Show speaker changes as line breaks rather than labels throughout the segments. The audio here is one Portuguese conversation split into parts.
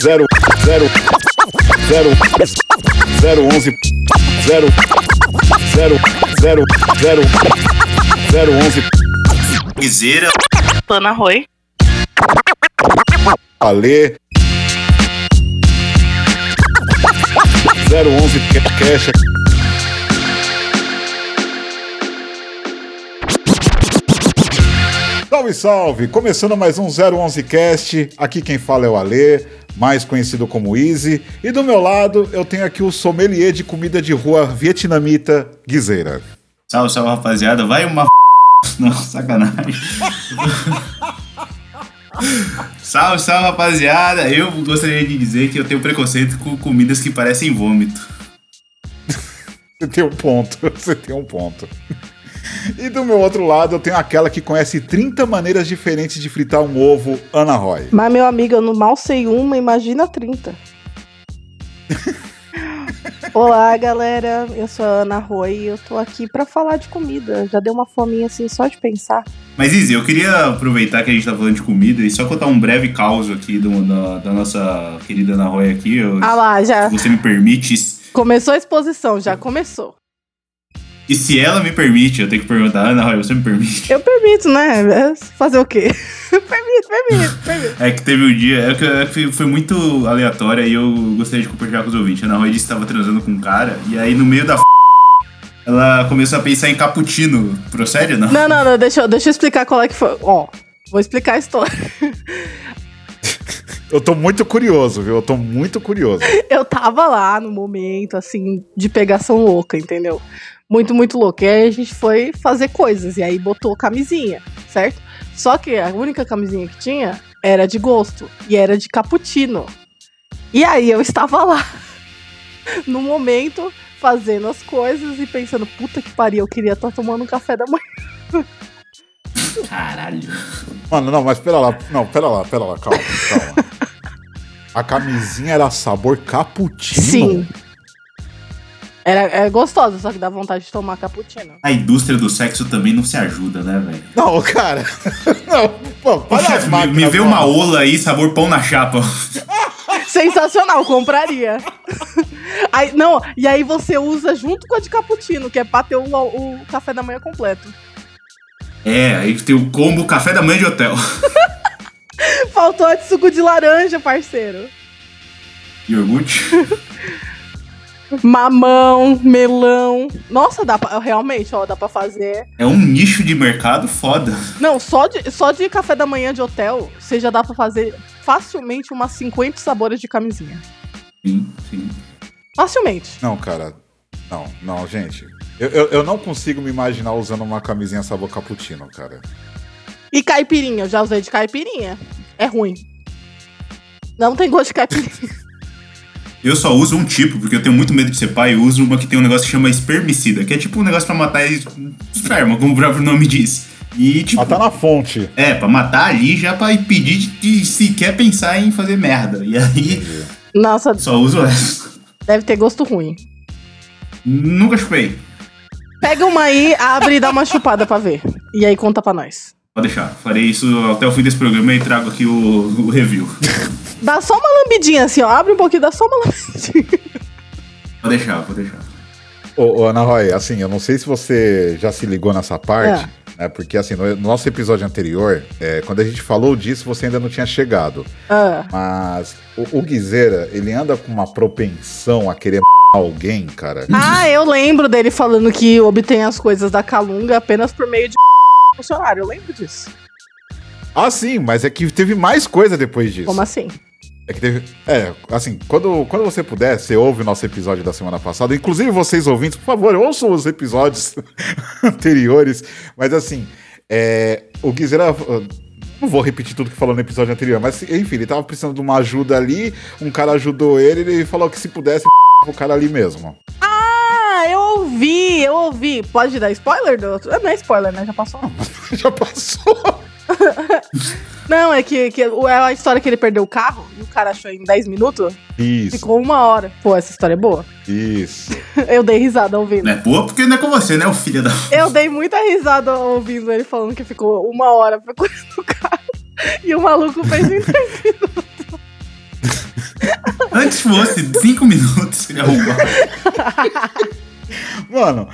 zero zero zero zero onze zero zero zero zero zero onze
Guiseira.
Lana Roy.
Ale zero onze Cash Salve, salve! Começando mais um 011cast. Aqui quem fala é o Alê, mais conhecido como Easy. E do meu lado eu tenho aqui o sommelier de comida de rua vietnamita, Guiseira.
Salve, salve, rapaziada. Vai uma. f***. Não, sacanagem. salve, salve, rapaziada. Eu gostaria de dizer que eu tenho preconceito com comidas que parecem vômito.
Você tem um ponto, você tem um ponto. E do meu outro lado eu tenho aquela que conhece 30 maneiras diferentes de fritar um ovo, Ana Roy.
Mas, meu amigo, eu não mal sei uma, imagina 30. Olá, galera. Eu sou a Ana Roy e eu tô aqui pra falar de comida. Já deu uma fominha assim só de pensar.
Mas, Izzy, eu queria aproveitar que a gente tá falando de comida e só contar um breve caos aqui do- da, da nossa querida Ana Roy aqui. Eu-
Ah lá, já
se você me permite.
começou a exposição, já começou.
E se ela me permite, eu tenho que perguntar, Ana Roy, você me permite?
Eu permito, né? Fazer o quê? permito, permito, permito.
É que teve um dia, é que, é que foi muito aleatório e eu gostaria de compartilhar com os ouvintes. A Ana Roy disse que estava transando com um cara e aí no meio da f... ela começou a pensar em cappuccino. Procede ou não?
Não, não, não, deixa, eu- deixa eu explicar qual é que foi. Ó, vou explicar a história.
Eu tô muito curioso, viu? Eu tô muito curioso.
eu tava lá no momento, assim, de pegação louca, entendeu? Muito, muito louca. E aí a gente foi fazer coisas, e aí botou camisinha, certo? Só que a única camisinha que tinha era de gosto, e era de cappuccino. E aí eu estava lá, no momento, fazendo as coisas e pensando, puta que pariu, eu queria estar tomando um café da manhã.
Caralho.
Mano, não, mas pera lá. Não, pera lá, pera lá, calma, calma. A camisinha era sabor cappuccino?
Sim. Era, era gostosa, só que dá vontade de tomar cappuccino.
A indústria do sexo também não se ajuda, né, velho?
Não, cara. Não, pô, para as
Me,
máquinas,
me vê
mano.
uma ola aí, sabor pão na chapa.
Sensacional, compraria. Aí, não, e aí você usa junto com a de cappuccino, que é pra ter o, o café da manhã completo.
É, aí tem o combo café da manhã de hotel.
Faltou a de suco de laranja, parceiro.
E iogurte.
Mamão, melão. Nossa, dá pra, realmente, ó, dá pra fazer.
É um nicho de mercado foda.
Não, só de, só de café da manhã de hotel, você já dá pra fazer facilmente umas 50 sabores de camisinha.
Sim, sim.
Facilmente.
Não, cara. Não, não, gente. Eu, eu, eu não consigo me imaginar usando uma camisinha sabor cappuccino, cara.
E caipirinha, eu já usei de caipirinha. É ruim. Não tem gosto de caipirinha.
Eu só uso um tipo, porque eu tenho muito medo de ser pai. Eu uso uma que tem um negócio que chama espermicida, que é tipo um negócio pra matar es- esperma, como o próprio nome diz. E tipo,
Ah, tá na fonte.
é, pra matar ali já pra impedir de, de sequer pensar em fazer merda. E aí,
Nossa,
só uso essa.
deve ter gosto ruim.
Nunca chupei.
Pega uma aí, abre e dá uma chupada pra ver. E aí conta pra nós.
Pode deixar. Farei isso até o fim desse programa e trago aqui o, o review.
Dá só uma lambidinha assim, ó. Abre um pouquinho, dá só uma lambidinha.
Pode deixar, pode deixar.
Ô, ô, Ana Roy, assim, eu não sei se você já se ligou nessa parte, né? Porque, assim, no, no nosso episódio anterior, é, quando a gente falou disso, você ainda não tinha chegado.
Ah,
Mas o, o Guizeira, ele anda com uma propensão a querer alguém, cara.
Ah, eu lembro dele falando que obtém as coisas da Calunga apenas por meio de funcionário. Eu lembro disso.
Ah, sim, mas é que teve mais coisa depois disso.
Como assim?
É que teve. É, assim, quando, quando você puder, você ouve o nosso episódio da semana passada. Inclusive, vocês ouvintes, por favor, ouçam os episódios anteriores. Mas assim, é, o Guizera. uh, Não vou repetir tudo que falou no episódio anterior, mas enfim, ele tava precisando de uma ajuda ali, um cara ajudou ele e ele falou que se pudesse o cara ali mesmo.
Ah, eu ouvi, eu ouvi. Pode dar spoiler do outro? Ah, Não é spoiler, né? Já passou.
Já passou.
Não, é que, que é a história que ele perdeu o carro e o cara achou em 10 minutos.
Isso,
Ficou uma hora. Pô, essa história é boa.
isso.
Eu dei risada ouvindo.
Não é boa porque não é com você, né, o filho da.
Eu dei muita risada ouvindo ele falando que ficou uma hora procurando o carro. E o maluco fez em 10 minutos.
Antes fosse, cinco minutos é um ele arrumou.
Mano,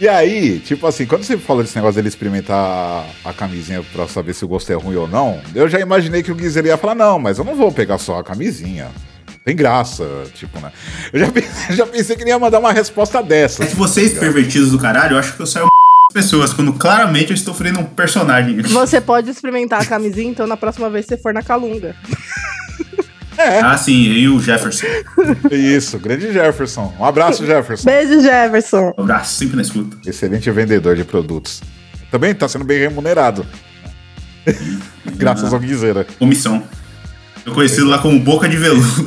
e aí, tipo assim, quando você falou desse negócio dele experimentar a, a camisinha pra saber se o gosto é ruim ou não, eu já imaginei que o Guiz ele ia falar, não, mas eu não vou pegar só a camisinha. Tem graça, tipo, né? Eu já pensei, já pensei que ele ia mandar uma resposta dessa.
É que vocês, pervertidos do caralho, eu acho que eu saio um pessoas, quando claramente eu estou ferindo um personagem.
Você pode experimentar a camisinha, então na próxima vez que você for na Calunga.
É,
Ah, sim, e o Jefferson.
isso, grande Jefferson. Um abraço, Jefferson.
Beijo, Jefferson.
Um abraço, sempre na escuta.
Excelente vendedor de produtos. Também tá sendo bem remunerado. Graças ao Guizeira.
Comissão. Eu conhecido lá como Boca de Veludo.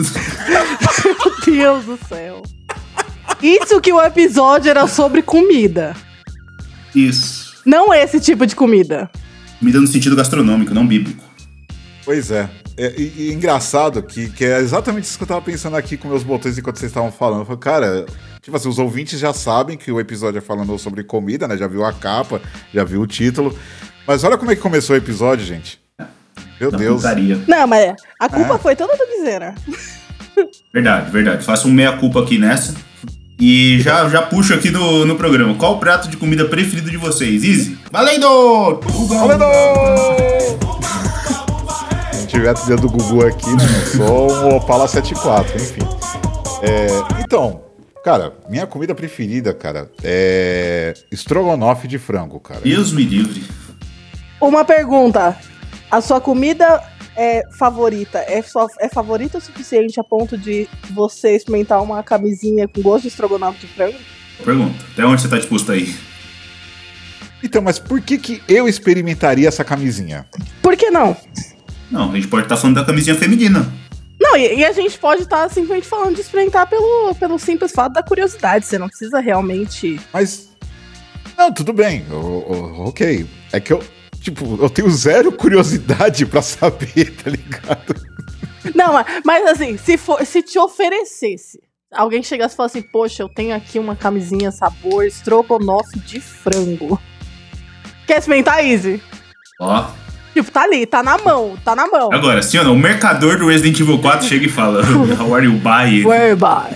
Meu Deus do céu. Isso que o episódio era sobre comida.
Isso.
Não esse tipo de comida.
Comida no sentido gastronômico, não bíblico.
Pois é. É, e, e engraçado que, que é exatamente isso que eu tava pensando aqui com meus botões enquanto vocês estavam falando. Eu falei, cara, tipo assim, os ouvintes já sabem que o episódio é falando sobre comida, né? Já viu a capa, já viu o título. Mas olha como é que começou o episódio, gente. Meu
da
Deus.
Então, putaria.
Não, mas a culpa foi toda do Guizeira.
Verdade, verdade. Faço um meia-culpa aqui nessa. E já, já puxo aqui no, no programa. Qual o prato de comida preferido de vocês? Easy. Valendo!
Valendo! Se tiver a trilha do Gugu aqui, né? Só um Opala 74, enfim. É, então, cara, minha comida preferida, cara, é estrogonofe de frango, cara.
Deus me livre.
Uma pergunta. A sua comida é favorita? É, só, é favorita o suficiente a ponto de você experimentar uma camisinha com gosto de estrogonofe de frango?
Pergunta. Até onde você tá disposto aí?
Então, mas por que que eu experimentaria essa camisinha?
Por que não?
Não, a gente pode estar falando da camisinha feminina.
Não, e, e a gente pode estar simplesmente falando de experimentar pelo, pelo simples fato da curiosidade. Você não precisa realmente.
Mas. Não, tudo bem. o- o- ok. É que eu. Tipo, eu tenho zero curiosidade pra saber, tá ligado?
Não, mas, mas assim, se, for, se te oferecesse, alguém chegasse e falasse assim: Poxa, eu tenho aqui uma camisinha sabor estrogonofe de frango. Quer experimentar, Easy?
Ó.
Tipo, tá ali, tá na mão, tá na mão.
Agora, sim ou não? É O mercador do Resident Evil 4 chega e fala: How are you buying?
Whereby?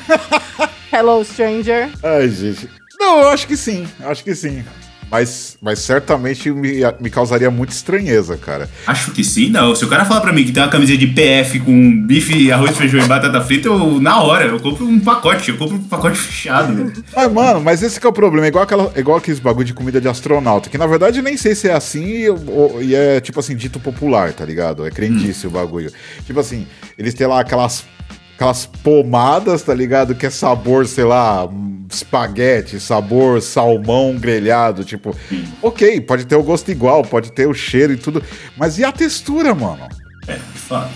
Hello, stranger.
Ai, gente. Não, eu acho que sim. eu Acho que sim. Mas, mas certamente me, me causaria muita estranheza, cara.
Acho que sim, não. Se o cara falar pra mim que tem uma camiseta de PF com bife, arroz, feijão e batata frita, eu, na hora, eu compro um pacote, eu compro um pacote fechado. velho.
Mas, mano, mas esse que é o problema. É igual, aquela, é igual aqueles bagulho de comida de astronauta. Que na verdade eu nem sei se é assim e, eu- ou- e é, tipo assim, dito popular, tá ligado? É crendice o bagulho. Tipo assim, eles têm lá aquelas, aquelas pomadas, tá ligado? Que é sabor, sei lá, hum, espaguete, sabor salmão grelhado. Tipo, ok, pode ter o gosto igual, pode ter o cheiro e tudo. Mas e a textura, mano?
De fato.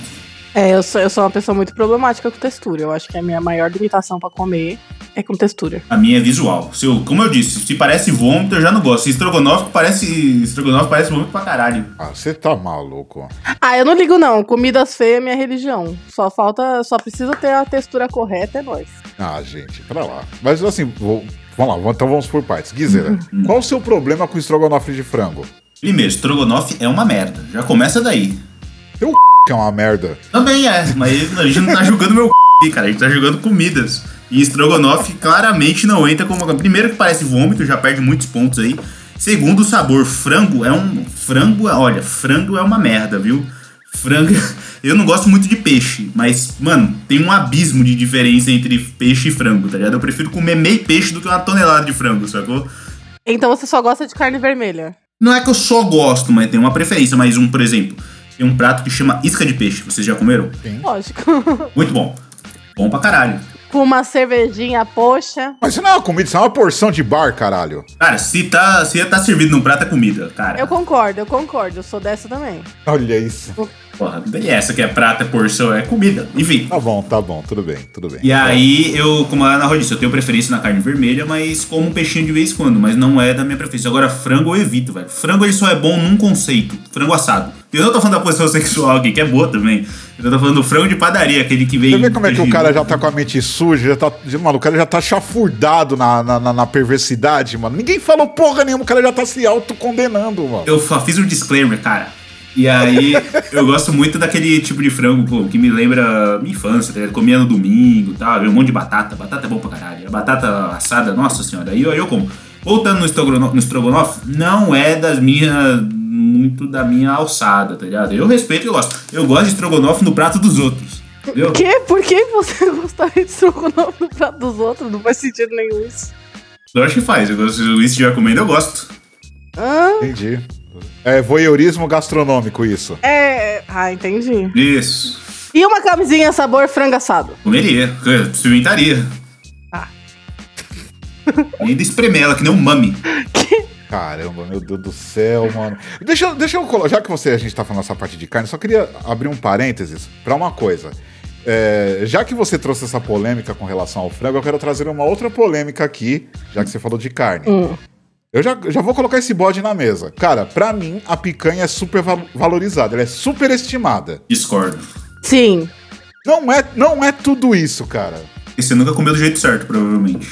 É, eu sou, eu sou uma pessoa muito problemática com textura. Eu acho que a minha maior limitação pra comer é com textura.
A minha é visual. Se eu- como eu disse, se parece vômito, eu já não gosto. Se estrogonofe parece. Estrogonofe parece vômito pra caralho.
Ah, você tá maluco.
Ah, eu não ligo não. Comidas feias é minha religião. Só falta, só precisa ter a textura correta, é nóis.
Ah, gente, pra lá. Mas assim, vou- vamos lá, então vamos por partes. Guizeira,
Uhum.
qual o seu problema com estrogonofe de frango?
Primeiro, estrogonofe é uma merda. Já começa daí.
Teu c... que é uma merda.
Também é, mas a gente não tá julgando meu c, aqui, cara, a gente tá julgando comidas. E estrogonofe claramente não entra como. Primeiro que parece vômito, já perde muitos pontos aí. Segundo, o sabor frango é um. Frango, é- olha, frango é uma merda, viu? Frango. Eu não gosto muito de peixe, mas, mano, tem um abismo de diferença entre peixe e frango, tá ligado? Eu prefiro comer meio peixe do que uma tonelada de frango, sacou?
Então você só gosta de carne vermelha.
Não é que eu só gosto, mas tem uma preferência, mas um, por exemplo, tem um prato que chama isca de peixe. Vocês já comeram?
Lógico.
Muito bom. Bom pra caralho.
com uma cervejinha, poxa.
Mas isso não é uma comida, isso é uma porção de bar, caralho.
Cara, se tá, se tá servido num prato é comida, cara.
Eu concordo, eu concordo. Eu sou dessa também.
Olha isso.
Porra, não tem essa que é prato, é porção, é comida. Enfim.
Tá bom, tá bom, tudo bem, tudo bem.
E aí, eu, como a Ana Rod disse, eu tenho preferência na carne vermelha, mas como um peixinho de vez em quando, mas não é da minha preferência. Agora, frango eu evito, velho. Frango ele só é bom num conceito. Frango assado. Eu não tô falando da posição sexual aqui, que é boa também. Eu tô falando do frango de padaria, aquele que vem.
Você vê como é que o
frigido.
cara já tá com a mente suja, já tá. Mano, o cara já tá chafurdado na, na, na- na perversidade, mano. Ninguém falou porra nenhuma, o cara já tá se autocondenando, mano.
Eu fa- fiz um disclaimer, cara. E aí, eu gosto muito daquele tipo de frango pô, que me lembra minha infância, tá? ligado? comia no domingo, tá? Havia um monte de batata, batata é bom pra caralho. A batata assada, nossa senhora, aí eu, eu como. Voltando no estrogonofe, no estrogonofe, não é das minhas. muito da minha alçada, tá ligado? Eu respeito e eu gosto. Eu gosto de estrogonofe no prato dos outros. Entendeu?
Que? Por que você gostaria de estrogonofe no prato dos outros? Não faz sentido nenhum isso.
Eu acho que faz. Eu gosto, se o Luiz estiver comendo, eu gosto.
Ah,
Entendi. É voyeurismo gastronômico isso.
é. Ah, entendi.
Isso.
E uma camisinha sabor frango assado?
Comeria, experimentaria.
Ah.
E ainda espremela, que nem um mami.
Caramba, meu Deus do céu, mano. Deixa, eu- deixa eu colocar. Já que você, a gente tá falando essa parte de carne, só queria abrir um parênteses pra uma coisa. É, já que você trouxe essa polêmica com relação ao frango, eu quero trazer uma outra polêmica aqui, já que você falou de carne.
Hum.
Eu já, já vou colocar esse bode na mesa. Cara, pra mim, a picanha é super val- valorizada, ela é super estimada.
Discordo.
Sim.
Não é, não é tudo isso, cara.
E você nunca comeu do jeito certo, provavelmente.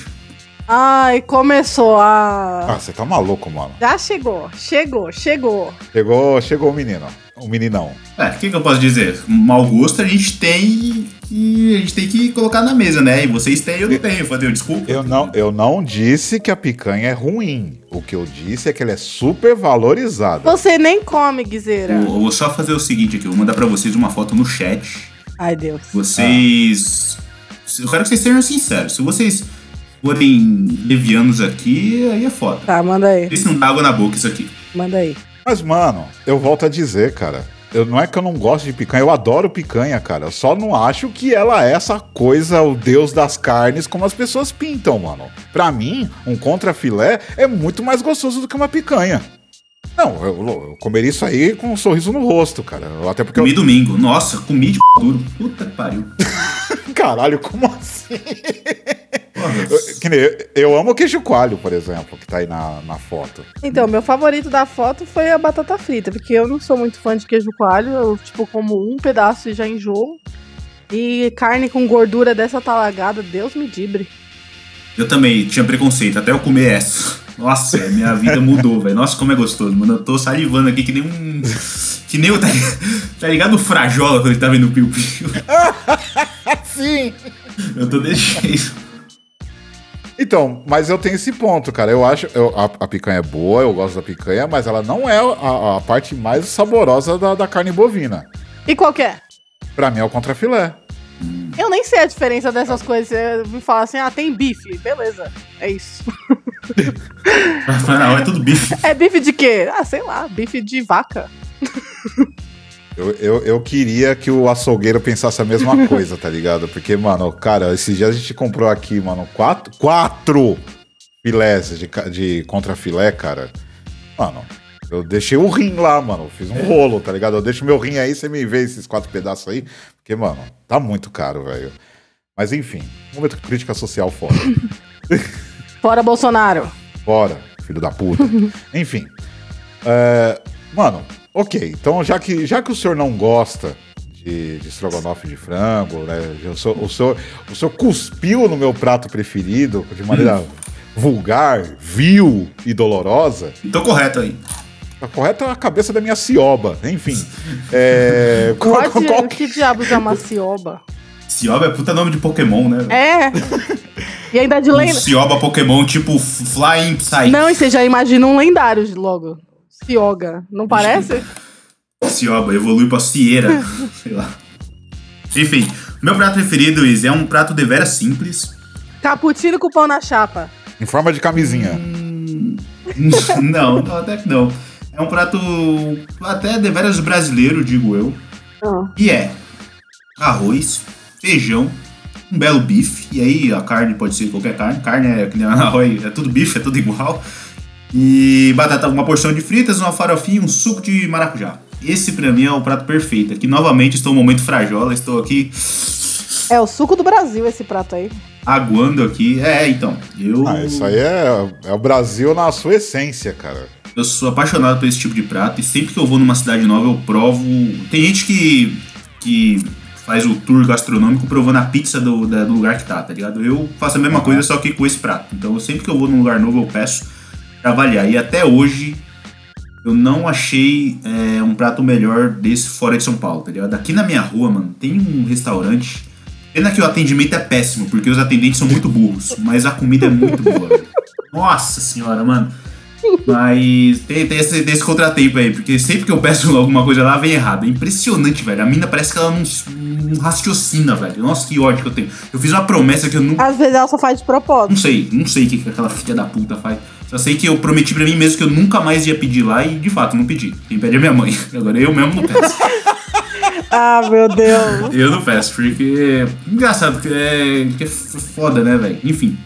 Ai, começou a.
Ah, você tá maluco, mano.
Já chegou, chegou, chegou.
Chegou, chegou o menino. O meninão.
É, o que, que eu posso dizer? Mau gosto a gente tem que. A gente tem que colocar na mesa, né? E vocês têm, eu não tenho. Fodeu, desculpa.
Eu não, eu não disse que a picanha é ruim. O que eu disse é que ela é super valorizada.
Você nem come,
Eu, eu
Guizeira.
vou só fazer o seguinte aqui, eu vou mandar pra vocês uma foto no chat.
Ai, Deus.
Vocês. Eu quero que vocês sejam sinceros. Se vocês forem levianos aqui, aí é foda.
Tá, manda aí,
Isso não dá água na boca, isso aqui.
manda aí.
Mas, mano, eu volto a dizer, cara. Eu, não é que eu não gosto de picanha, eu adoro picanha, cara. Eu só não acho que ela é essa coisa, o deus das carnes, como as pessoas pintam, mano. Pra mim, um contrafilé é muito mais gostoso do que uma picanha. Não, eu, eu comeria isso aí com um sorriso no rosto, cara. Até porque eu.
Comi domingo. Nossa, comi de p... duro. Puta que pariu.
Caralho, como assim? Eu-
Porra.
que nem eu, eu amo queijo coalho, por exemplo, que tá aí na, na foto.
Então, meu favorito da foto foi a batata frita, porque eu não sou muito fã de queijo coalho, eu, tipo, como um pedaço e já enjoo. E carne com gordura dessa talagada, Deus me dibre.
Eu também tinha preconceito, até eu comer essa. Nossa, minha vida mudou, velho. Nossa, como é gostoso, mano. Eu tô salivando aqui que nem um. Que nem o. Tá, tá ligado o Frajola quando ele tá vendo o Piu Piu?
Sim!
Eu tô desse jeito.
Então, mas eu tenho esse ponto, cara. Eu acho. eu- a, a picanha é boa, eu gosto da picanha, mas ela não é a, a parte mais saborosa da, da carne bovina.
E qual que é?
Pra mim é o contrafilé.
Eu nem sei a diferença dessas coisas. Você me fala assim, ah, tem bife. Beleza, é isso.
Mas na hora é tudo bife.
É bife de quê? Ah, sei lá, bife de vaca.
Eu, eu, eu queria que o açougueiro pensasse a mesma coisa, tá ligado? Porque, mano, cara, esses dias a gente comprou aqui, mano, quatro, quatro filés de, ca- de contrafilé, cara. Mano, eu deixei o rim lá, mano. Fiz um rolo, tá ligado? Eu deixo meu rim aí, você me vê esses quatro pedaços aí. Porque, mano, tá muito caro, velho. Mas enfim, um momento de crítica social foda.
Fora Bolsonaro.
Bora, filho da puta. Enfim. É, mano, ok. Então, já que, já que o senhor não gosta de, de estrogonofe de frango, né? O senhor, o, senhor, o senhor cuspiu no meu prato preferido de maneira vulgar, vil e dolorosa.
Tô correto aí.
Tá correto a cabeça da minha cioba. Enfim. É, qual-
Pode,
qual- qual-
que diabos é macioba?
Cioba é puta nome de Pokémon, né? velho?
É. E ainda é de
Um
lenda.
Cioba Pokémon tipo Flying Psy.
Não, e você já imagina um lendário de logo. Cioga, não parece?
Cioba, evolui pra Cieira. Sei lá. Enfim, meu prato preferido, Luiz, é um prato de vera simples.
Caputino com pão na chapa.
em forma de camisinha.
Hum. não, não, até que não. É um prato até deveras brasileiro, digo eu.
Ah.
E é arroz, feijão, um belo bife. E aí a carne pode ser qualquer carne. Carne é que nem arroz, é tudo bife, é tudo igual. E batata, uma porção de fritas, uma farofinha, um suco de maracujá. Esse pra mim é o prato perfeito. Aqui novamente estou no momento frajola, estou aqui
É o suco do Brasil esse prato aí.
aguando aqui. É, então, eu
Ah, isso aí é, é o Brasil na sua essência, cara.
Eu sou apaixonado por esse tipo de prato e sempre que eu vou numa cidade nova eu provo. Tem gente que, que faz o tour gastronômico provando a pizza do, da- do lugar que tá, tá ligado? Eu faço a mesma coisa só que com esse prato. Então sempre que eu vou num lugar novo eu peço pra avaliar. E até hoje Eu não achei é, um prato melhor desse fora de São Paulo, tá ligado? Aqui na minha rua, mano, tem um restaurante. Pena que o atendimento é péssimo, porque os atendentes são muito burros, mas a comida é muito boa. velho. Nossa senhora, mano. Mas tem, tem esse, tem esse contratempo aí, porque sempre que eu peço alguma coisa lá, vem errado. É impressionante, velho. A mina parece que ela não, não raciocina, velho. Nossa, que ódio que eu tenho. Eu fiz uma promessa que eu nunca.
Às vezes ela só faz de propósito.
Não sei, não sei o que que aquela filha da puta faz. Só sei que eu prometi pra mim mesmo que eu nunca mais ia pedir lá e de fato não pedi. Quem pede é minha mãe. Agora eu mesmo não peço.
Ah, meu Deus.
eu não peço, porque. Engraçado, porque é, que é foda, né, velho? Enfim.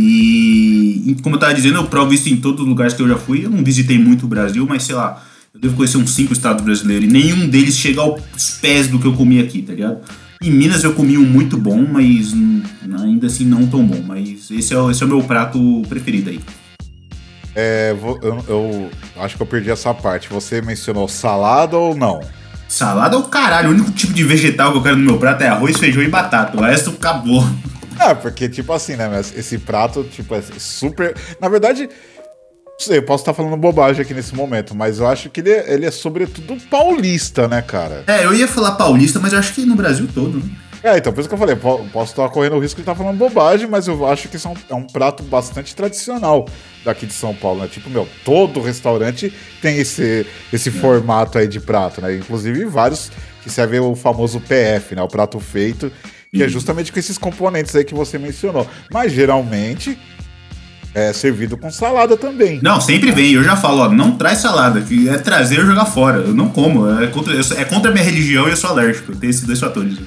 E e como eu tava dizendo, eu provo isso em todos os lugares que eu já fui. Eu não visitei muito o Brasil, mas sei lá, eu devo conhecer uns cinco estados brasileiros e nenhum deles chega aos pés do que eu comi aqui, tá ligado? Em Minas eu comi um muito bom, mas hum, ainda assim não tão bom. Mas esse é, o- esse é o meu prato preferido aí.
É, vo- eu, eu acho que eu perdi essa parte. Você mencionou salada ou não?
Salada é o caralho. O único tipo de vegetal que eu quero no meu prato é arroz, feijão e batata. O resto acabou.
É, porque, tipo assim, né? mas Esse prato, tipo, é super. Na verdade, não sei, eu posso estar falando bobagem aqui nesse momento, mas eu acho que ele é, ele é sobretudo paulista, né, cara?
É, eu ia falar paulista, mas eu acho que no Brasil todo. né?
É, então, por isso que eu falei, po- posso estar correndo o risco de estar falando bobagem, mas eu acho que isso é um, é um prato bastante tradicional daqui de São Paulo, né? Tipo, meu, todo restaurante tem esse, esse formato aí de prato, né? Inclusive vários que servem o famoso PF, né? O prato feito, que é justamente com esses componentes aí que você mencionou. Mas geralmente é servido com salada também.
Não, sempre vem. Eu já falo, ó, não traz salada. Que é trazer ou jogar fora. Eu não como. É contra, eu sou- é contra a minha religião e eu sou alérgico. Tem esses dois fatores. né?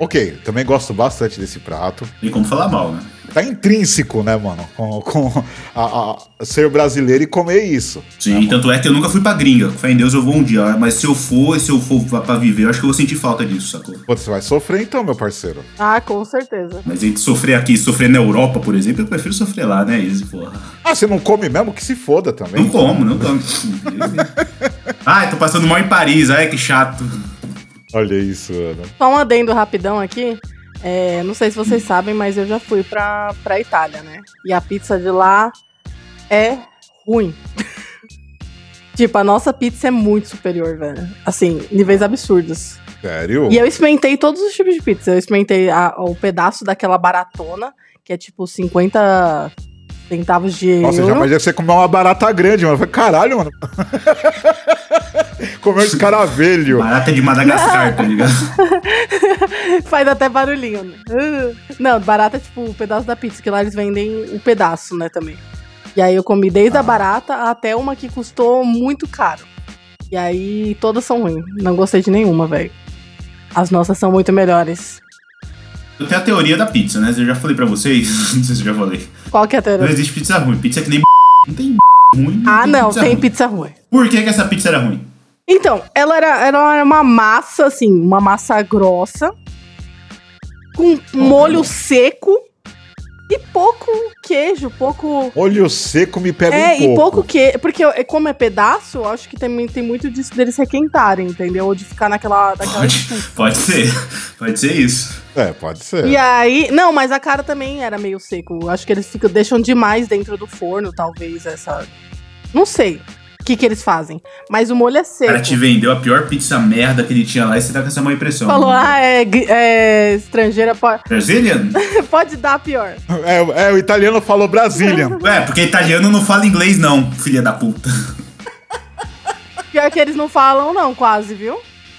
Ok, também gosto bastante desse prato.
Tem como falar mal, né?
Tá intrínseco, né, mano? Com, com a- a- ser brasileiro e comer isso.
Sim, tanto é que eu nunca fui pra gringa. Fé em Deus, eu vou um dia. Mas se eu for, se eu for pra- pra viver, eu acho que eu vou sentir falta disso, sacou?
Pô, você vai sofrer então, meu parceiro.
Ah, com certeza.
Mas entre sofrer aqui e sofrer na Europa, por exemplo, eu prefiro sofrer lá, né, Izzy, porra?
Ah, você não come mesmo? Que se foda
Não
também.
como, não como. Ai, tô passando mal em Paris, ai que chato.
Olha isso, Ana.
Só um adendo rapidão aqui. É, não sei se vocês sabem, mas eu já fui pra, pra Itália, né? E a pizza de lá é ruim. tipo, a nossa pizza é muito superior, velho. Assim, níveis absurdos.
Sério?
E eu experimentei todos os tipos de pizza. Eu experimentei a- o pedaço daquela baratona, que é tipo 50 centavos de
Nossa, já
euro.
imagina você comer uma barata grande, mano. Eu falei, Caralho, mano. Comeu um escaravelho.
Barata de Madagascar, tá ligado?
Faz até barulhinho. né? Uh. Não, barata é tipo o pedaço da pizza, que lá eles vendem o pedaço, né, também. E aí eu comi desde
Ah.
a barata até uma que custou muito caro. E aí todas são ruins. Não gostei de nenhuma, velho. As nossas são muito melhores.
Eu tenho a teoria da pizza, né? Eu já falei pra vocês, não sei se eu já falei.
Qual que é a
Não
teoria?
existe pizza ruim, pizza é que nem b****. não tem b****, ruim.
Ah, não,
pizza
tem
ruim.
pizza ruim.
Por que, que essa pizza era ruim?
Então, ela era, era uma massa, assim, uma massa grossa,
Uhum.
com molho seco e pouco queijo, pouco.
Olho seco me pega um
é, e pouco
pouco.
queijo. Porque eu- como é pedaço, eu acho que também tem muito disso deles requentarem, entendeu? Ou de ficar naquela. naquela
Pode, pode ser, pode ser isso.
É, pode ser.
E aí. Não, mas a cara também era meio seco. Eu Acho que eles ficam, deixam demais dentro do forno, talvez, essa. Não sei o que, que eles fazem. Mas o molho é
O
seco.
cara te vendeu a pior pizza merda que ele tinha lá e você tá com essa má impressão.
Falou, ah, é, gr- é estrangeira, pode,
Brazilian?
pode dar pior.
É, é, o italiano falou Brazilian.
Ué, porque italiano não fala inglês, não, filha da puta.
Pior que eles não falam, não, quase, viu?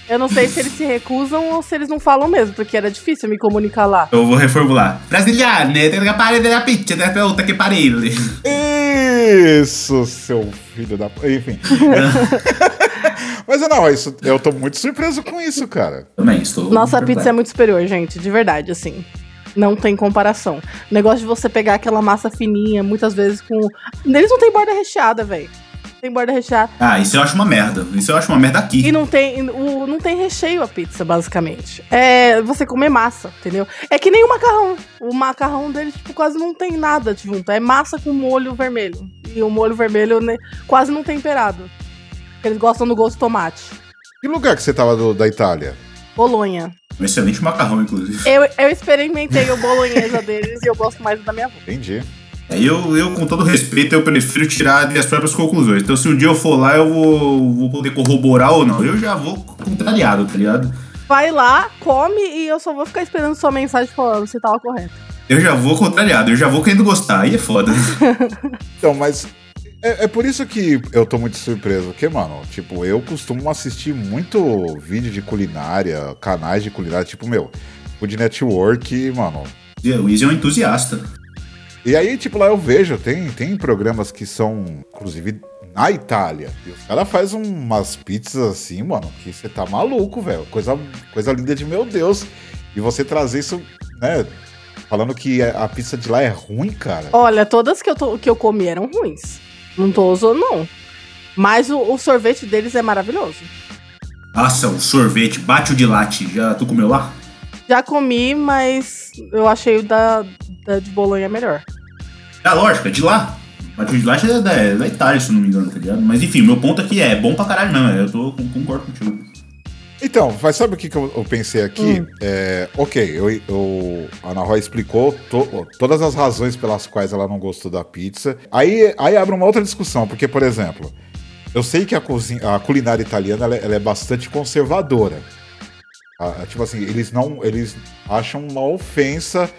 Eu não sei se eles se recusam ou se eles não falam mesmo, porque era difícil me comunicar lá.
Eu vou reformular. Brasiliano, né? tem que parar da pizza, tem que outra que é parede.
Isso, seu filho da. p- Enfim. Mas não, isso, eu tô muito surpreso com isso, cara.
Também estou.
Nossa pizza é muito superior, gente, de verdade, assim. Não tem comparação. O negócio de você pegar aquela massa fininha, muitas vezes com. Eles não têm borda recheada, velho. Tem borda recheada.
Ah, isso eu acho uma merda. Isso eu acho uma merda aqui.
E não tem, o, não tem recheio a pizza, basicamente. É você comer massa, entendeu? É que nem o macarrão. O macarrão dele, tipo, quase não tem nada de junto. É massa com molho vermelho. E o molho vermelho né, quase não temperado. Eles gostam do gosto de tomate.
Que lugar que você tava do- da Itália?
Bolonha.
Um excelente macarrão, inclusive.
Eu, eu experimentei o bolonhesa deles e eu gosto mais da minha avó.
Entendi.
Aí É, eu, eu, com todo respeito, eu prefiro tirar as minhas próprias conclusões. Então, se um dia eu for lá, eu vou, vou poder corroborar ou não. Eu já vou contrariado, tá ligado?
Vai lá, come e eu só vou ficar esperando sua mensagem falando se tava correto.
Eu já vou contrariado, eu já vou querendo gostar. Aí é foda.
Então, mas é, é por isso que eu tô muito surpreso, porque, mano, tipo, eu costumo assistir muito vídeo de culinária, canais de culinária, tipo, meu, o de network, mano.
O Izzy é um entusiasta.
E aí, tipo, lá eu vejo, tem, tem programas que são, inclusive, na Itália. E os caras fazem umas pizzas assim, mano, que você tá maluco, velho. Coisa, coisa linda de meu Deus. E você trazer isso, né? Falando que a pizza de lá é ruim, cara.
Olha, todas que eu, to- que eu comi eram ruins. Não tô usando, não. Mas o, o sorvete deles é maravilhoso.
Nossa, o sorvete, bate o de latte. Já tu comeu lá?
Já comi, mas eu achei o da, da de Bolonha melhor.
É lógico, é de lá. Bate o de latte é da, é da Itália, se eu não me engano, tá ligado? Mas enfim, meu ponto aqui é, é bom pra caralho mesmo. Eu tô, com- concordo contigo.
Então, mas sabe o que, que eu, eu pensei aqui? É, ok, eu, eu- a Ana Roy explicou to- todas as razões pelas quais ela não gostou da pizza. Aí, aí abre uma outra discussão, porque, por exemplo, eu sei que a, cozinha, a culinária italiana ela é- ela é bastante conservadora. Ah, tipo assim, eles não. Eles acham uma ofensa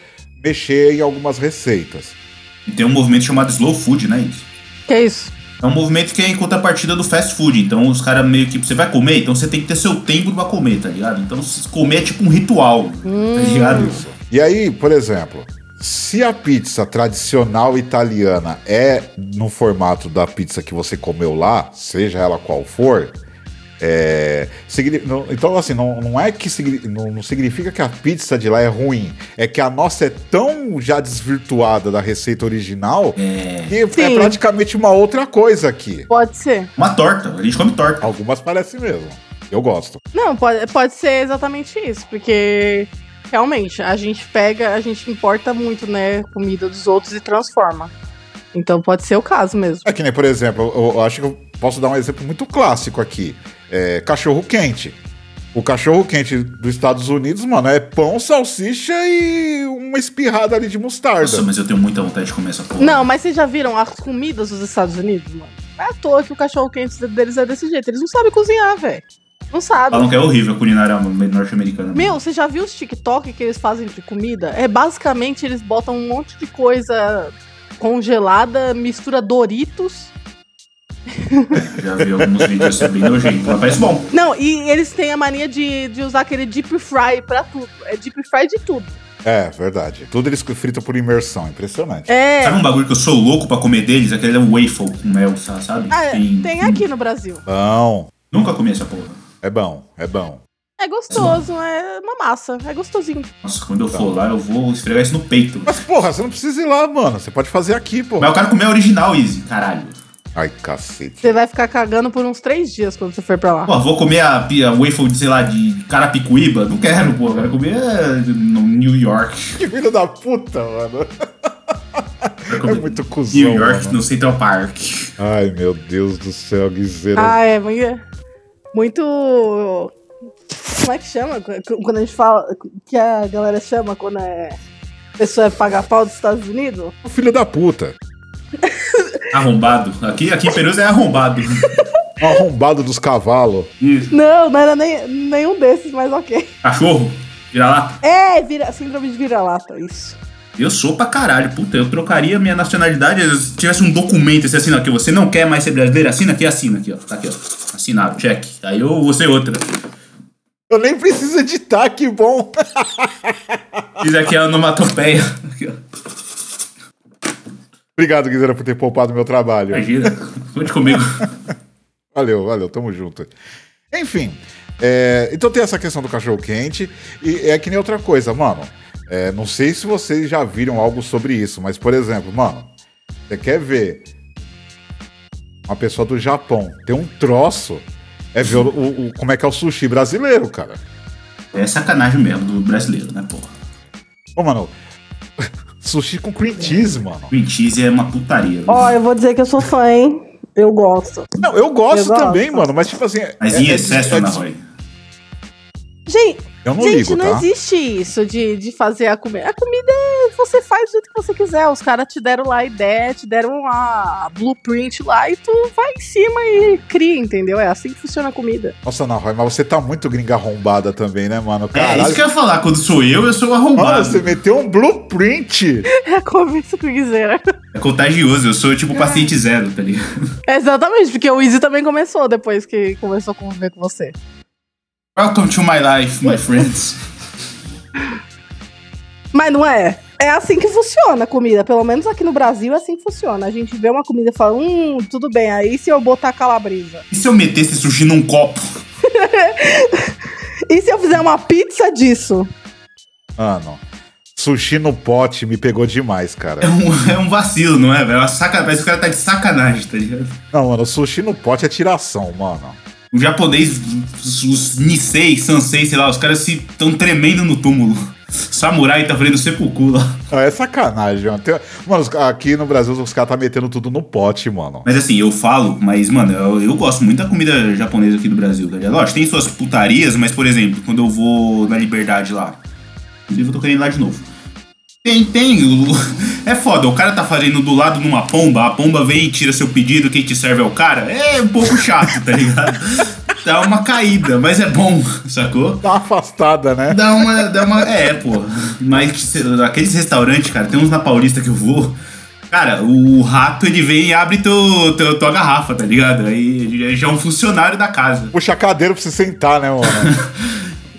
mexer em algumas receitas.
E tem um movimento chamado Slow Food, né, Izzy?
Que isso?
É um movimento que é em contrapartida do fast food. Então os caras meio que. Você vai comer, então você tem que ter seu tempo pra comer, tá ligado? Então se comer é tipo um ritual, tá
Hum.
ligado?
E aí, por exemplo, se a pizza tradicional italiana é no formato da pizza que você comeu lá, seja ela qual for, é, signi- não- então assim, não, não é que signi- não, não significa que a pizza de lá é ruim, é que a nossa é tão já desvirtuada da receita original que é
Sim.
praticamente uma outra coisa aqui.
Pode ser.
Uma torta, a gente come torta.
Algumas parecem mesmo. Eu gosto.
Não, pode, pode ser exatamente isso, porque realmente a gente pega, a gente importa muito, né, comida dos outros e transforma. Então pode ser o caso mesmo.
É que nem, por exemplo, eu, eu acho que eu posso dar um exemplo muito clássico aqui. É, cachorro quente. O cachorro quente dos Estados Unidos, mano, é pão, salsicha e uma espirrada ali de mostarda.
Nossa, mas eu tenho muita vontade de comer essa porra.
Não, mas vocês já viram as comidas dos Estados Unidos, mano? Não é à toa que o cachorro quente deles é desse jeito. Eles não sabem cozinhar, velho. Não sabem.
Falam que é horrível a culinária norte-americana.
Meu, você já viu os TikTok que eles fazem de comida? É basicamente eles botam um monte de coisa congelada, mistura Doritos.
Já vi alguns vídeos sobre nojento, mas parece bom.
Não, e eles têm a mania de, de usar aquele deep fry pra tudo. É deep fry de tudo.
É, verdade. Tudo eles fritam por imersão, impressionante.
É.
Sabe um bagulho que eu sou louco pra comer deles? Aquele é um waffle com mel, sa- sabe?
ah, tem aqui no Brasil.
Bom,
Nunca comi essa porra.
é bom, é bom.
É gostoso, é uma massa, é gostosinho.
Nossa, quando eu for lá, eu vou esfregar isso no peito.
Mas, porra, você não precisa ir lá, mano. Você pode fazer aqui,
Mas
porra.
eu quero comer a original, Easy, caralho.
Ai, cacete.
Você vai ficar cagando por uns três dias quando você for pra lá.
Pô, vou comer a, a waffle, de, sei lá, de Carapicuíba? Não quero, pô. Eu Quero comer eh, no New York.
Que filho da puta, mano.
Quero
É
comer
muito cuzão.
New York
mano.
no Central Park.
Ai, meu Deus do céu, Guizeira.
Ah, é muito. Muito. Como é que chama? Quando a gente fala. Que a galera chama quando é. Pessoa é pagar pau dos Estados Unidos?
Filho da puta.
Arrombado. Aqui, aqui em Perus é arrombado.
Um arrombado dos cavalos.
Isso.
Não, não era nem, nenhum desses, mas ok.
Cachorro. Vira lá.
É, vira, síndrome de vira-lata, isso.
Eu sou pra caralho, puta, eu trocaria minha nacionalidade se tivesse um documento, esse assina aqui, você não quer mais ser brasileiro, assina aqui, assina aqui, ó. Tá aqui, ó. Assinado, check. Aí eu vou ser outra.
Eu nem preciso editar, que bom.
Fiz aqui a onomatopeia. Aqui, ó.
Obrigado, Guizeira, por ter poupado meu trabalho.
Imagina. Conte comigo.
Valeu, valeu, tamo junto. Enfim, é, então tem essa questão do cachorro-quente, e é que nem outra coisa, mano. É, não sei se vocês já viram algo sobre isso, mas, por exemplo, mano, você quer ver uma pessoa do Japão ter um troço, é ver o- o- o- como é que é o sushi brasileiro, cara.
É sacanagem mesmo do brasileiro, né, porra?
Ô, mano, sushi com cream cheese, mano.
Green cheese é uma putaria.
Ó,
viu?
eu vou dizer que eu sou fã, hein? Eu gosto.
Não, eu gosto
Eu gosto.
também, mano, mas tipo assim...
Mas
é-
em
é-
excesso,
é-
Ana Roy.
Gente,
Eu não
Gente,
ligo,
não
tá?
existe isso de, de fazer a comida. A comida é- você faz do jeito que você quiser. Os caras te deram lá a ideia, te deram a blueprint lá e tu vai em cima e cria, entendeu? É assim que funciona a comida.
Nossa, Ana Roy, mas você tá muito gringa arrombada também, né, mano? Caralho.
É isso que eu ia falar, quando sou eu, eu sou
Mano,
arrombado.
você meteu um blueprint.
É como isso que quiser.
É contagioso, eu sou
É.
tipo paciente zero, tá ligado?
Exatamente, porque o Easy também começou depois que começou a conviver com você.
Welcome to my life, my friends.
Mas não é. É assim que funciona a comida. Pelo menos aqui no Brasil é assim que funciona. A gente vê uma comida e fala, hum, tudo bem. Aí se eu botar calabresa?
E se eu metesse sushi num copo?
E se eu fizer uma pizza disso?
Mano, sushi no pote me pegou demais, cara.
É um, é um vacilo, não é, velho? É uma saca- Parece que o cara tá de sacanagem, tá ligado?
Não, mano, sushi no pote é tiração, mano.
O japonês, os, os Nisei, Sansei, sei lá, os caras se estão tremendo no túmulo. Samurai tá fazendo sepulcro lá.
Ah, É sacanagem, mano. Tem- Mano, os- aqui no Brasil os caras tá metendo tudo no pote, mano.
Mas assim, eu falo, mas, mano, eu, eu gosto muito da comida japonesa aqui do Brasil, tá ligado? Lógico, tem suas putarias, mas, por exemplo, quando eu vou na Liberdade lá. Inclusive, eu tô querendo ir lá de novo. Tem, tem. o- É foda, o cara tá fazendo do lado numa pomba, a pomba vem e tira seu pedido, quem te serve é o cara. É um pouco chato, tá ligado? Dá uma caída, mas é bom, sacou?
Dá uma afastada, né?
Dá uma, dá uma. É, pô. Mas sei lá, aqueles restaurantes, cara, tem uns na Paulista que eu vou. Cara, o rato ele vem e abre teu, teu- tua garrafa, tá ligado? Aí ele já é um funcionário da casa.
Puxa a cadeira pra você sentar, né, mano?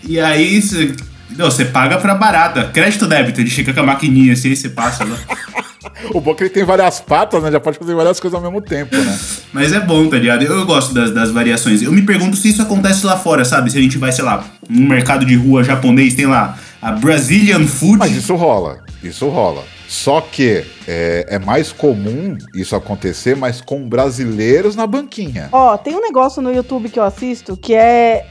E aí cê- não, você paga pra barata. Crédito ou débito, ele chega com a maquininha assim, aí você passa lá.
o bom é que ele tem várias patas, né? Já pode fazer várias coisas ao mesmo tempo, né?
Mas é bom, tá ligado? Eu, eu gosto das, das variações. Eu me pergunto se isso acontece lá fora, sabe? Se a gente vai, sei lá, num mercado de rua japonês, tem lá a Brazilian Food.
Mas isso rola, isso rola. Só que é, é mais comum isso acontecer, mas com brasileiros na banquinha.
Ó, tem um negócio no YouTube que eu assisto que é.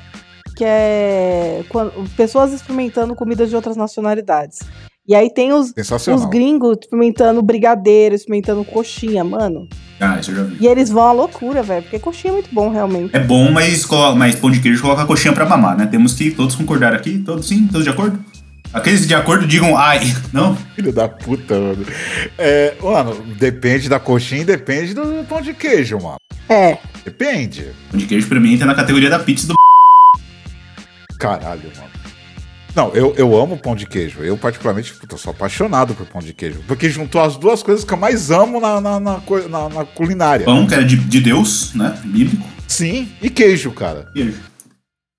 Que é. quando- pessoas experimentando comidas de outras nacionalidades. E aí tem os, os
Sensacional.
gringos experimentando brigadeiro, experimentando coxinha, mano.
Ah, isso eu já vi.
E eles vão à loucura, velho. Porque coxinha é muito bom, realmente.
É bom, mas, colo- mas pão de queijo coloca a coxinha pra mamar, né? Temos que todos concordar aqui, todos sim, todos de acordo? Aqueles de acordo digam ai, não?
Filho da puta, mano. É, mano, depende da coxinha e depende do pão de queijo, mano.
É.
Depende.
Pão de queijo pra mim entra na categoria da pizza do
Caralho, mano. Não, eu, eu amo pão de queijo. Eu, particularmente, puta, sou apaixonado por pão de queijo. Porque juntou as duas coisas que eu mais amo na, na, na co- na- na culinária.
pão, que era de, de Deus, né? Bíblico.
Sim, e queijo, cara.
Queijo.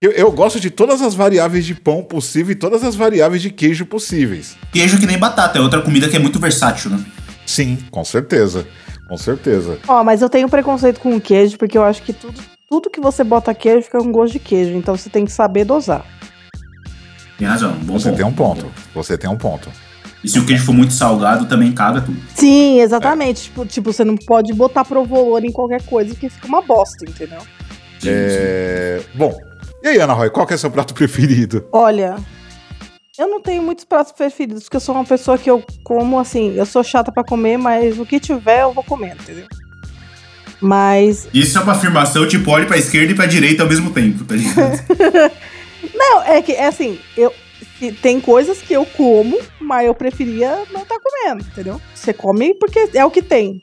Eu, eu gosto de todas as variáveis de pão possível e todas as variáveis de queijo possíveis.
Queijo que nem batata, é outra comida que é muito versátil, né?
Sim, com certeza. Com certeza.
Tá
Ó, mas eu tenho preconceito com queijo, porque eu acho que tudo, tudo que você bota queijo fica com gosto de queijo. Então você tem que saber dosar.
Tem razão, bom
Você
ponto.
tem um ponto. Você tem um ponto.
E se o queijo for muito salgado, também caga tudo.
Sim, exatamente. Tipo, tipo, você não pode botar provolone em qualquer coisa, porque fica uma bosta, entendeu?
Sim, sim.
É, bom, e aí, Ana Roy, qual que é seu prato preferido?
Olha, eu não tenho muitos pratos preferidos, porque eu sou uma pessoa que eu como assim, eu sou chata pra comer, mas o que tiver eu vou comer, entendeu? Mas,
Isso é uma afirmação, tipo, olhe pra esquerda e pra direita ao mesmo tempo, tá ligado?
não, é que é assim, eu se- tem coisas que eu como, mas eu preferia não estar comendo, entendeu? Você come porque é o que tem.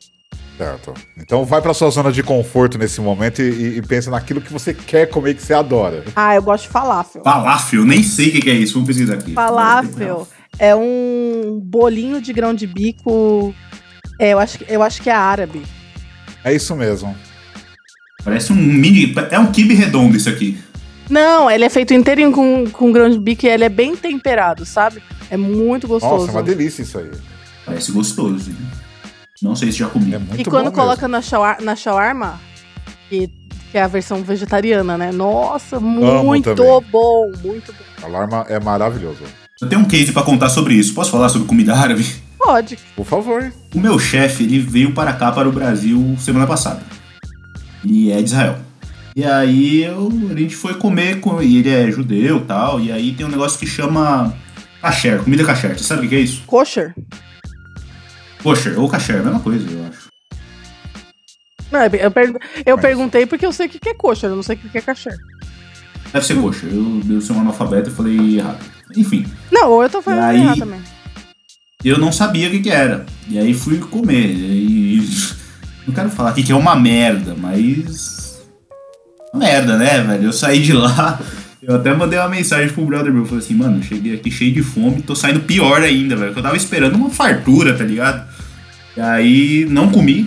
Certo. Então vai pra sua zona de conforto nesse momento e, e- e pensa naquilo que você quer comer que você adora.
Ah, eu gosto de falafel.
Falafel, nem sei o que que é isso, vamos pesquisar aqui.
Falafel é um bolinho de grão de bico. é, eu acho que eu acho que é árabe.
É isso mesmo.
Parece um mini. É um kibe redondo isso aqui.
Não, ele é feito inteirinho com, com grão de bico e ele é bem temperado, sabe? É muito gostoso.
Nossa, é uma delícia isso aí.
Parece gostoso, hein? Não sei se já comi.
É muito
e quando
bom
coloca na, shawar, na shawarma, que, que é a versão vegetariana, né? Nossa, muito
também.
bom, muito bom.
mesmo. Alarma é maravilhoso.
Eu tenho um case pra contar sobre isso. Posso falar sobre comida árabe?
Pode.
Por favor.
O meu chefe, ele veio para cá, para o Brasil, semana passada. E é de Israel. E aí eu- a gente foi comer, com, e ele é judeu e tal, e aí tem um negócio que chama kasher, comida kasher. Você sabe o que que é isso?
Kosher?
Kosher ou kasher, é mesma coisa, eu acho.
Não, eu, per- eu
Mas-
perguntei porque eu sei o que que é coxa, eu não sei o que que é cachê.
Deve ser coxa. Eu, eu sou um analfabeto e falei errado. Enfim,
Não, ou eu tô falando
E aí-
errado também.
eu não sabia o que, que era. E aí fui comer. E aí- não quero falar aqui que é uma merda, mas. Uma merda, né, velho? Eu saí de lá. Eu até mandei uma mensagem pro brother meu. Falei assim, mano, eu cheguei aqui cheio de fome, tô saindo pior ainda, velho. Que eu tava esperando uma fartura, tá ligado? E aí não comi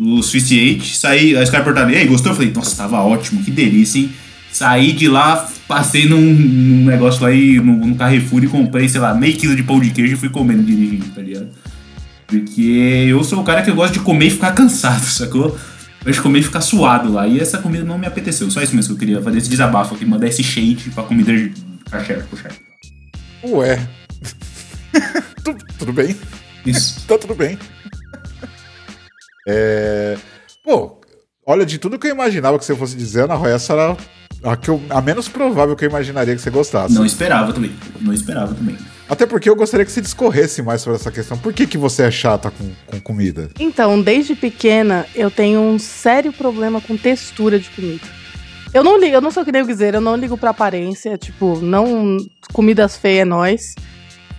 o suficiente. Saí, aí os caras perguntaram, e aí, gostou? Eu falei, nossa, tava ótimo, que delícia, hein? Saí de lá, passei num, num negócio lá e no, no Carrefour e comprei, sei lá, meio quilo de pão de queijo e fui comendo dirigindo, tá ligado? Porque eu sou o cara que eu gosto de comer e ficar cansado, sacou? Eu gosto de comer e ficar suado lá. E essa comida não me apeteceu. Só isso mesmo que eu queria fazer esse desabafo aqui, mandar esse shade pra comida de cachê, puxar.
Ué. Tu- tudo bem?
Isso.
Tá tudo bem. É, Pô, olha, de tudo que eu imaginava que você fosse dizer, Ana Roy, essa era a, que eu- a menos provável que eu imaginaria que você gostasse.
Não esperava também. Não esperava também.
Até porque eu gostaria que você discorresse mais sobre essa questão. Por que, que você é chata com, com comida?
Então, desde pequena, eu tenho um sério problema com textura de comida. Eu não ligo, eu não sou que nem o Guiseiro, eu não ligo pra aparência, tipo, não. Comidas feias é nós.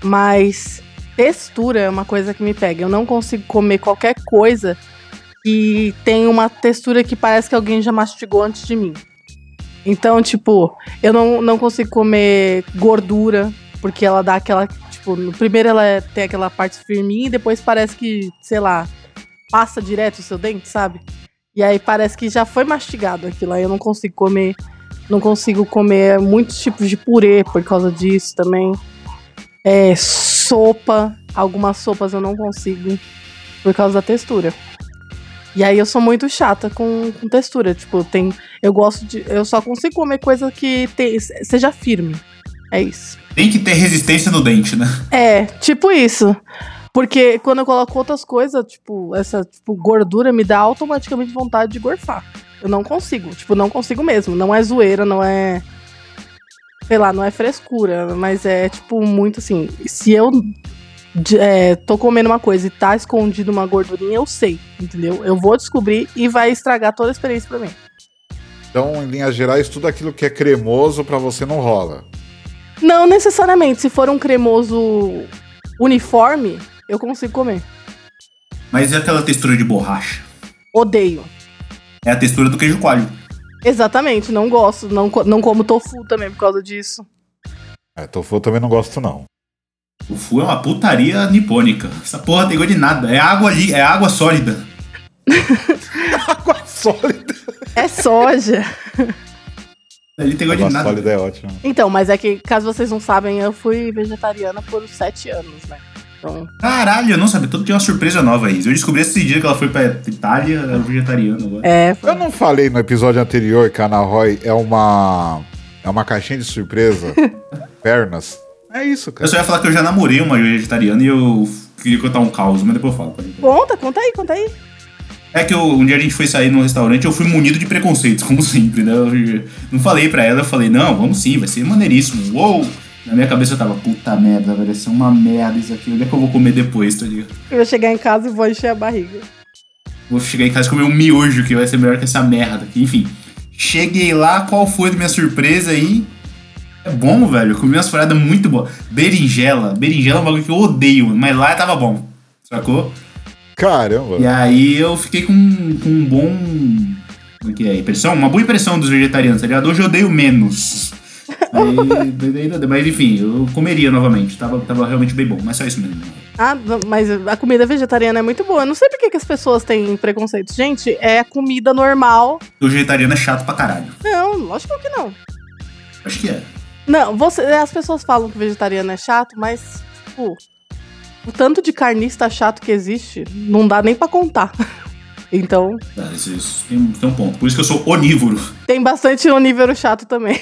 Mas textura é uma coisa que me pega. Eu não consigo comer qualquer coisa que tem uma textura que parece que alguém já mastigou antes de mim. Então, tipo, eu não, não consigo comer gordura, porque ela dá aquela. Tipo, no primeiro ela é- tem aquela parte firminha e depois parece que, sei lá, passa direto o seu dente, sabe? E aí parece que já foi mastigado aquilo. Aí eu não consigo comer. Não consigo comer muitos tipos de purê por causa disso também. É, sopa. Algumas sopas eu não consigo por causa da textura. E aí eu sou muito chata com, com textura. Tipo, tem. Eu gosto de. Eu só consigo comer coisa que tem- seja firme. É isso.
Tem que ter resistência no dente, né?
É, tipo isso. Porque quando eu coloco outras coisas, tipo, essa tipo, gordura me dá automaticamente vontade de gorfar. Eu não consigo, tipo, não consigo mesmo. Não é zoeira, não é. Sei lá, não é frescura, mas é, tipo, muito assim. Se eu de- é, tô comendo uma coisa e tá escondido uma gordurinha, eu sei, entendeu? Eu vou descobrir e vai estragar toda a experiência pra mim.
Então, em linhas gerais, tudo aquilo que é cremoso pra você não rola.
Não necessariamente, se for um cremoso uniforme, eu consigo comer.
Mas é aquela textura de borracha.
Odeio.
É a textura do queijo coalho.
Exatamente, não gosto, não, co- não como tofu também por causa disso.
É, tofu eu também não gosto, não.
O fu é uma putaria nipônica. Essa porra tem gosto de nada. É água ali, é água sólida.
Água sólida.
É soja.
Ali tem gosto de
Água
nada.
sólida é ótima.
então, mas é que, caso vocês não sabem, eu fui vegetariana por uns sete anos, né? Então,
Caralho, eu não sabia. Todo dia é uma surpresa nova aí. Eu descobri esse dia que ela foi pra Itália, ela é vegetariana agora.
é.
Eu não falei no episódio anterior que a Ana Roy é uma. É uma caixinha de surpresa. Pernas. É isso,
Eu
cara.
só ia falar que eu já namorei uma vegetariana e eu queria contar um caos, mas depois eu falo. pode.
Conta, tá, conta aí, conta aí.
É que eu- um dia a gente foi sair num restaurante eu fui munido de preconceitos, como sempre, né? Eu não falei pra ela, eu falei, não, vamos sim, vai ser maneiríssimo. Uou! Na minha cabeça eu tava, puta merda, vai ser uma merda isso aqui. Onde é que eu vou comer depois, tá ligado?
Eu vou chegar em casa e vou encher a barriga.
Vou chegar em casa e comer um miojo que vai ser melhor que essa merda aqui. Enfim, cheguei lá, qual foi a minha surpresa aí? É bom, velho. eu Comi umas paradas muito boas. Berinjela. Berinjela é um bagulho que eu odeio, mano, mas lá tava bom. Sacou?
Caramba.
E aí eu fiquei com, com um bom. Como é que é? Impressão? Uma boa impressão dos vegetarianos, tá ligado? Hoje eu odeio menos. Aí, daí- daí- daí- mas enfim, eu comeria novamente. Tava, tava realmente bem bom, mas só isso mesmo.
Ah, não, mas a comida vegetariana é muito boa. Eu não sei por que, que as pessoas têm preconceito. Gente, é a comida normal.
O vegetariano é chato pra caralho.
Não, lógico que não.
Acho que é.
Não, você, as pessoas falam que vegetariano é chato, mas, tipo, o tanto de carnista chato que existe, não dá nem pra contar. Então,
Tá, isso, isso tem, um- tem um ponto. Por isso que eu sou onívoro.
tem bastante onívoro chato também.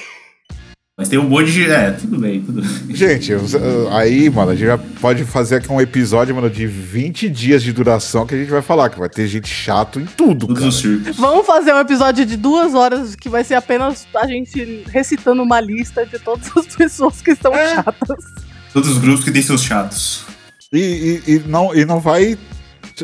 Mas tem um monte de. É, tudo bem, tudo bem.
Gente, eu- eu- aí, mano, a gente já pode fazer aqui um episódio, mano, de 20 dias de duração que a gente vai falar, que vai ter gente chato em tudo,
Todos
cara.
os circos.
Vamos fazer um episódio de duas horas que vai ser apenas a gente recitando uma lista de todas as pessoas que estão
É.
chatas.
Todos os grupos que têm seus chatos.
E, e- e não, e não vai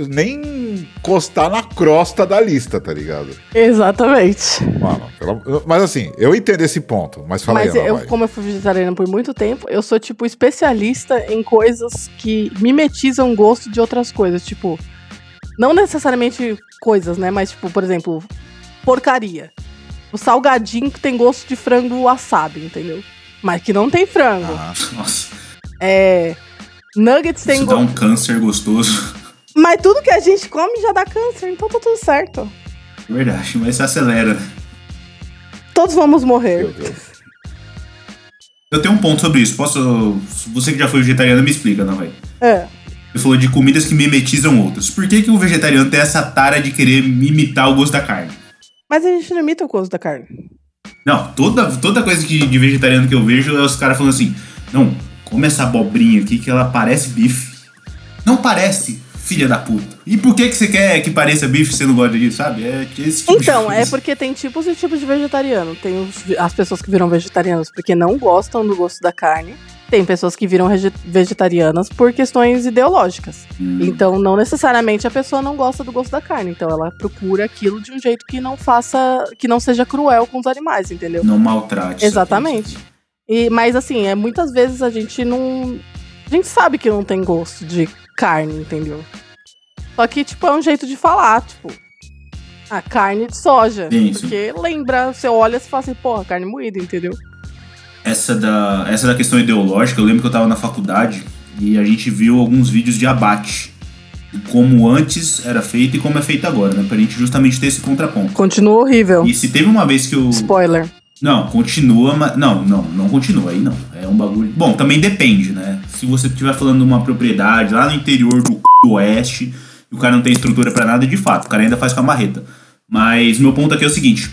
nem encostar na crosta da lista, tá ligado?
Exatamente.
Mano, pelo- mas assim, eu entendo esse ponto, mas fala
Mas
aí, Ana,
eu,
vai.
como eu fui vegetariana por muito tempo, eu sou, tipo, especialista em coisas que mimetizam o gosto de outras coisas. Tipo, não necessariamente coisas, né? Mas, tipo, por exemplo, porcaria. O salgadinho que tem gosto de frango assado, entendeu? Mas que não tem frango.
Ah,
Nossa,
É. Nuggets tem
isso dá
gosto.
um câncer gostoso.
Mas tudo que a gente come já dá câncer, então tá tudo certo.
É Verdade, mas isso acelera. né?
Todos vamos morrer.
meu Deus.
Eu tenho um ponto sobre isso. Posso. Você que já foi vegetariano, me explica, não vai.
É.
Você falou de comidas que mimetizam outras. Por que, que o vegetariano tem essa tara de querer imitar o gosto da carne?
Mas a gente não imita o gosto da carne.
Não, toda, toda coisa que, de vegetariano que eu vejo é os caras falando assim: não, come essa abobrinha aqui que ela parece bife. Não parece, filha da puta. E por que, que você quer que pareça bife se você não gosta disso, sabe? É esse tipo
Então,
de
é
coisa.
porque tem tipos e tipos de vegetariano. Tem os- as pessoas que viram vegetarianas porque não gostam do gosto da carne. Tem pessoas que viram rege- vegetarianas por questões ideológicas.
Hum,
Então, não necessariamente a pessoa não gosta do gosto da carne. Então, ela procura aquilo de um jeito que não faça, que não seja cruel com os animais, entendeu?
não maltrate. essa
Exatamente.
coisa.
E, mas assim, é muitas vezes a gente não. A gente sabe que não tem gosto de carne, entendeu? Só que, tipo, é um jeito de falar, tipo. A carne de soja.
Sim, sim.
porque lembra, você olha e você fala assim, porra, carne moída, entendeu?
essa da, essa da questão ideológica, eu lembro que eu tava na faculdade e a gente viu alguns vídeos de abate. E como antes era feito e como é feito agora, né? Pra gente justamente ter esse contraponto.
Continua horrível.
E se teve uma vez que o.
Spoiler.
Não, continua, mas. Não, não, não continua, aí não. É um bagulho. Bom, também depende, né? Se você estiver falando de uma propriedade lá no interior do, c- do oeste e o cara não tem estrutura pra nada, de fato, o cara ainda faz com a marreta. Mas meu ponto aqui é o seguinte: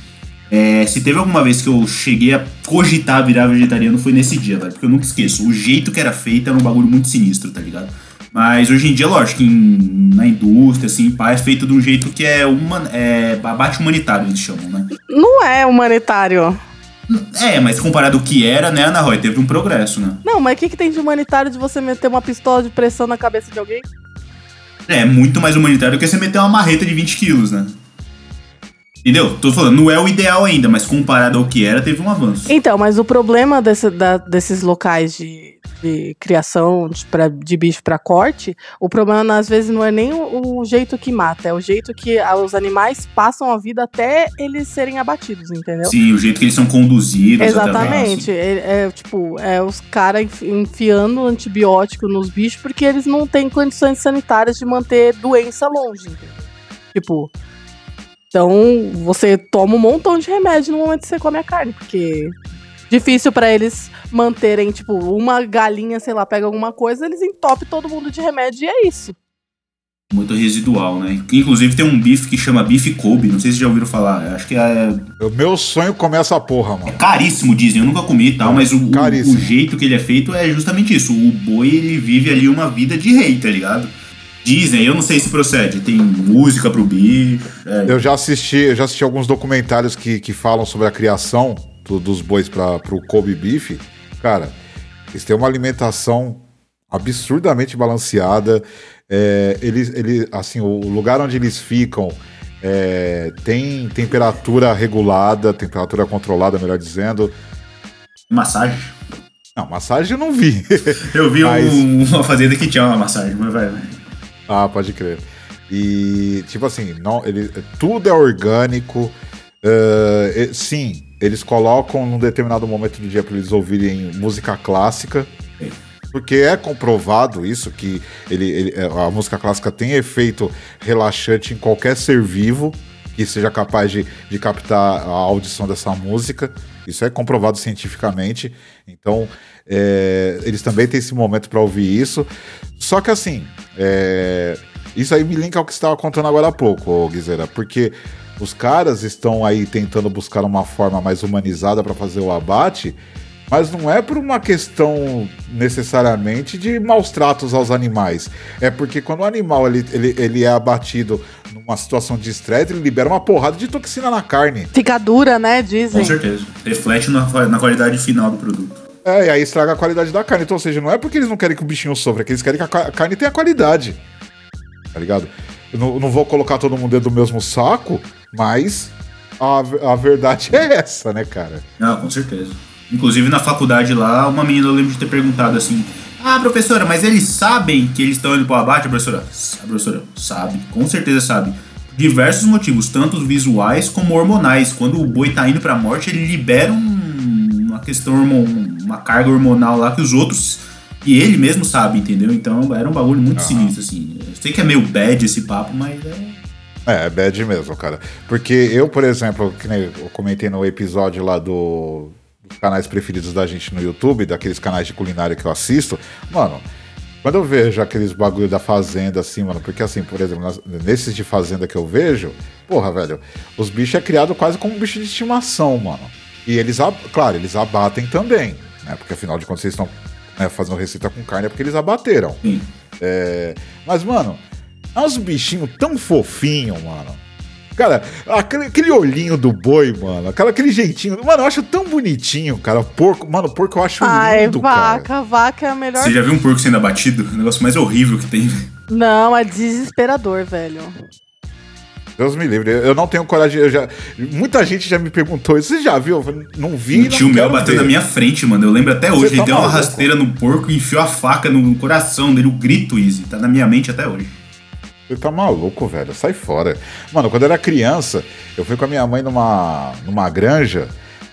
é, se teve alguma vez que eu cheguei a cogitar virar vegetariano, foi nesse dia, velho. Porque eu nunca esqueço. O jeito que era feito era um bagulho muito sinistro, tá ligado? Mas hoje em dia, lógico, em- na indústria, assim, pá, é feito de um jeito que é, uma, é abate humanitário, eles chamam, né?
Não é humanitário.
É, mas comparado ao que era, né, Ana Roy? Teve um progresso, né?
Não, mas o que, que tem de humanitário de você meter uma pistola de pressão na cabeça de alguém?
É muito mais humanitário do que você meter uma marreta de 20 quilos, né? Entendeu? Tô falando, não é o ideal ainda, mas comparado ao que era, teve um avanço.
Então, mas o problema desse- da- desses locais de, de criação de, pra- de bicho para corte, o problema às vezes não é nem o, o jeito que mata, é o jeito que a- os animais passam a vida até eles serem abatidos, entendeu?
Sim, o jeito que eles são conduzidos. até lá,
Exatamente. É, é, tipo, é os caras enfi- enfiando antibiótico nos bichos porque eles não têm condições sanitárias de manter doença longe. entendeu? Tipo. Então, você toma um montão de remédio no momento que você come a carne, porque difícil pra eles manterem, tipo, uma galinha, sei lá, pega alguma coisa, eles entopem todo mundo de remédio e é isso.
assim. Muito residual, né? Inclusive tem um bife que chama bife Kobe, não sei se vocês já ouviram falar. eu Acho que é
O meu sonho começa a porra, mano.
caríssimo, dizem. Eu nunca comi e tal, mas o, o-
Caríssimo.
o jeito que ele é feito é justamente isso. O boi, ele vive ali uma vida de rei, tá ligado? Dizem, eu não sei se procede. Tem música pro bicho. é,
Eu já assisti, eu já assisti alguns documentários que, que falam sobre a criação do- dos bois para pro Kobe Beef. Cara, eles têm uma alimentação absurdamente balanceada. É, eles, eles, assim, o lugar onde eles ficam é, tem temperatura regulada, temperatura controlada, melhor dizendo.
Massagem.
Não, massagem eu não vi.
Eu vi
Mas-
um- uma fazenda que tinha uma massagem, mas vai, vai.
Ah, pode crer. E, tipo assim, não, ele, tudo é orgânico. Ahn, e- sim, eles colocam num determinado momento do dia para eles ouvirem música clássica. Porque é comprovado isso, que ele, ele- a música clássica tem efeito relaxante em qualquer ser vivo que seja capaz de, de captar a audição dessa música. Isso é comprovado cientificamente. Então, é, eles também têm esse momento para ouvir isso. Só que assim, é, isso aí me linka ao que você estava contando agora há pouco, ô Guizera, porque os caras estão aí tentando buscar uma forma mais humanizada para fazer o abate, mas não é por uma questão necessariamente de maus tratos aos animais. É porque quando o animal ele, ele, ele é abatido numa situação de estresse, ele libera uma porrada de toxina na carne.
Fica dura, né?
Com
Dizem.
certeza. Reflete na, na qualidade final do produto.
É, e aí estraga a qualidade da carne. Então, ou seja, não é porque eles não querem que o bichinho sofra, é que eles querem que a ca- a carne tenha qualidade. Tá ligado? eu não, não vou colocar todo mundo dentro do mesmo saco, mas a, a verdade é essa, né, cara?
Ah, com certeza. Inclusive na faculdade lá, uma menina eu lembro de ter perguntado assim: Ah, professora, mas eles sabem que eles estão indo pro abate? A professora, a professora, sabe, com certeza sabe. Diversos motivos, tanto visuais como hormonais. Quando o boi tá indo pra morte, ele libera um- uma questão, hormon, uma carga hormonal lá que os outros e ele mesmo sabe, entendeu? Então era um bagulho muito
Aham.
sinistro, assim. Eu sei que é meio bad esse papo, mas é.
É, é bad mesmo, cara. Porque eu, por exemplo, que nem eu comentei no episódio lá do dos canais preferidos da gente no YouTube, daqueles canais de culinária que eu assisto, mano, quando eu vejo aqueles bagulho da fazenda assim, mano, porque assim, por exemplo, nas- nesses de fazenda que eu vejo, porra, velho, os bichos é criado quase como um bicho de estimação, mano. E eles, ab- claro, eles abatem também, né? Porque afinal de contas eles estão né, fazendo receita com carne é porque eles abateram.
Sim.
É, mas, mano, é uns bichinhos tão fofinhos, mano. Cara, aquele, aquele olhinho do boi, mano. Aquela, aquele jeitinho. Mano, eu acho tão bonitinho, cara. Porco, mano, porco eu acho
Ai,
lindo,
vaca,
cara.
vaca é a melhor.
Você já viu um porco sendo abatido? O negócio mais horrível que tem. né?
Não, é desesperador, velho.
Deus me livre. Eu não tenho coragem. Eu já, muita gente já me perguntou isso. Você já viu? Eu falei, não vi.
Um tio
não
meu
quero
bateu
ver.
na minha frente, mano. Eu lembro até
Você
hoje.
tá
ele deu uma
maluco?
rasteira no porco e enfiou a faca no coração dele. O grito, Easy. Tá na minha mente até hoje.
Você tá maluco, velho. Sai fora. Mano, quando eu era criança, eu fui com a minha mãe numa, numa granja.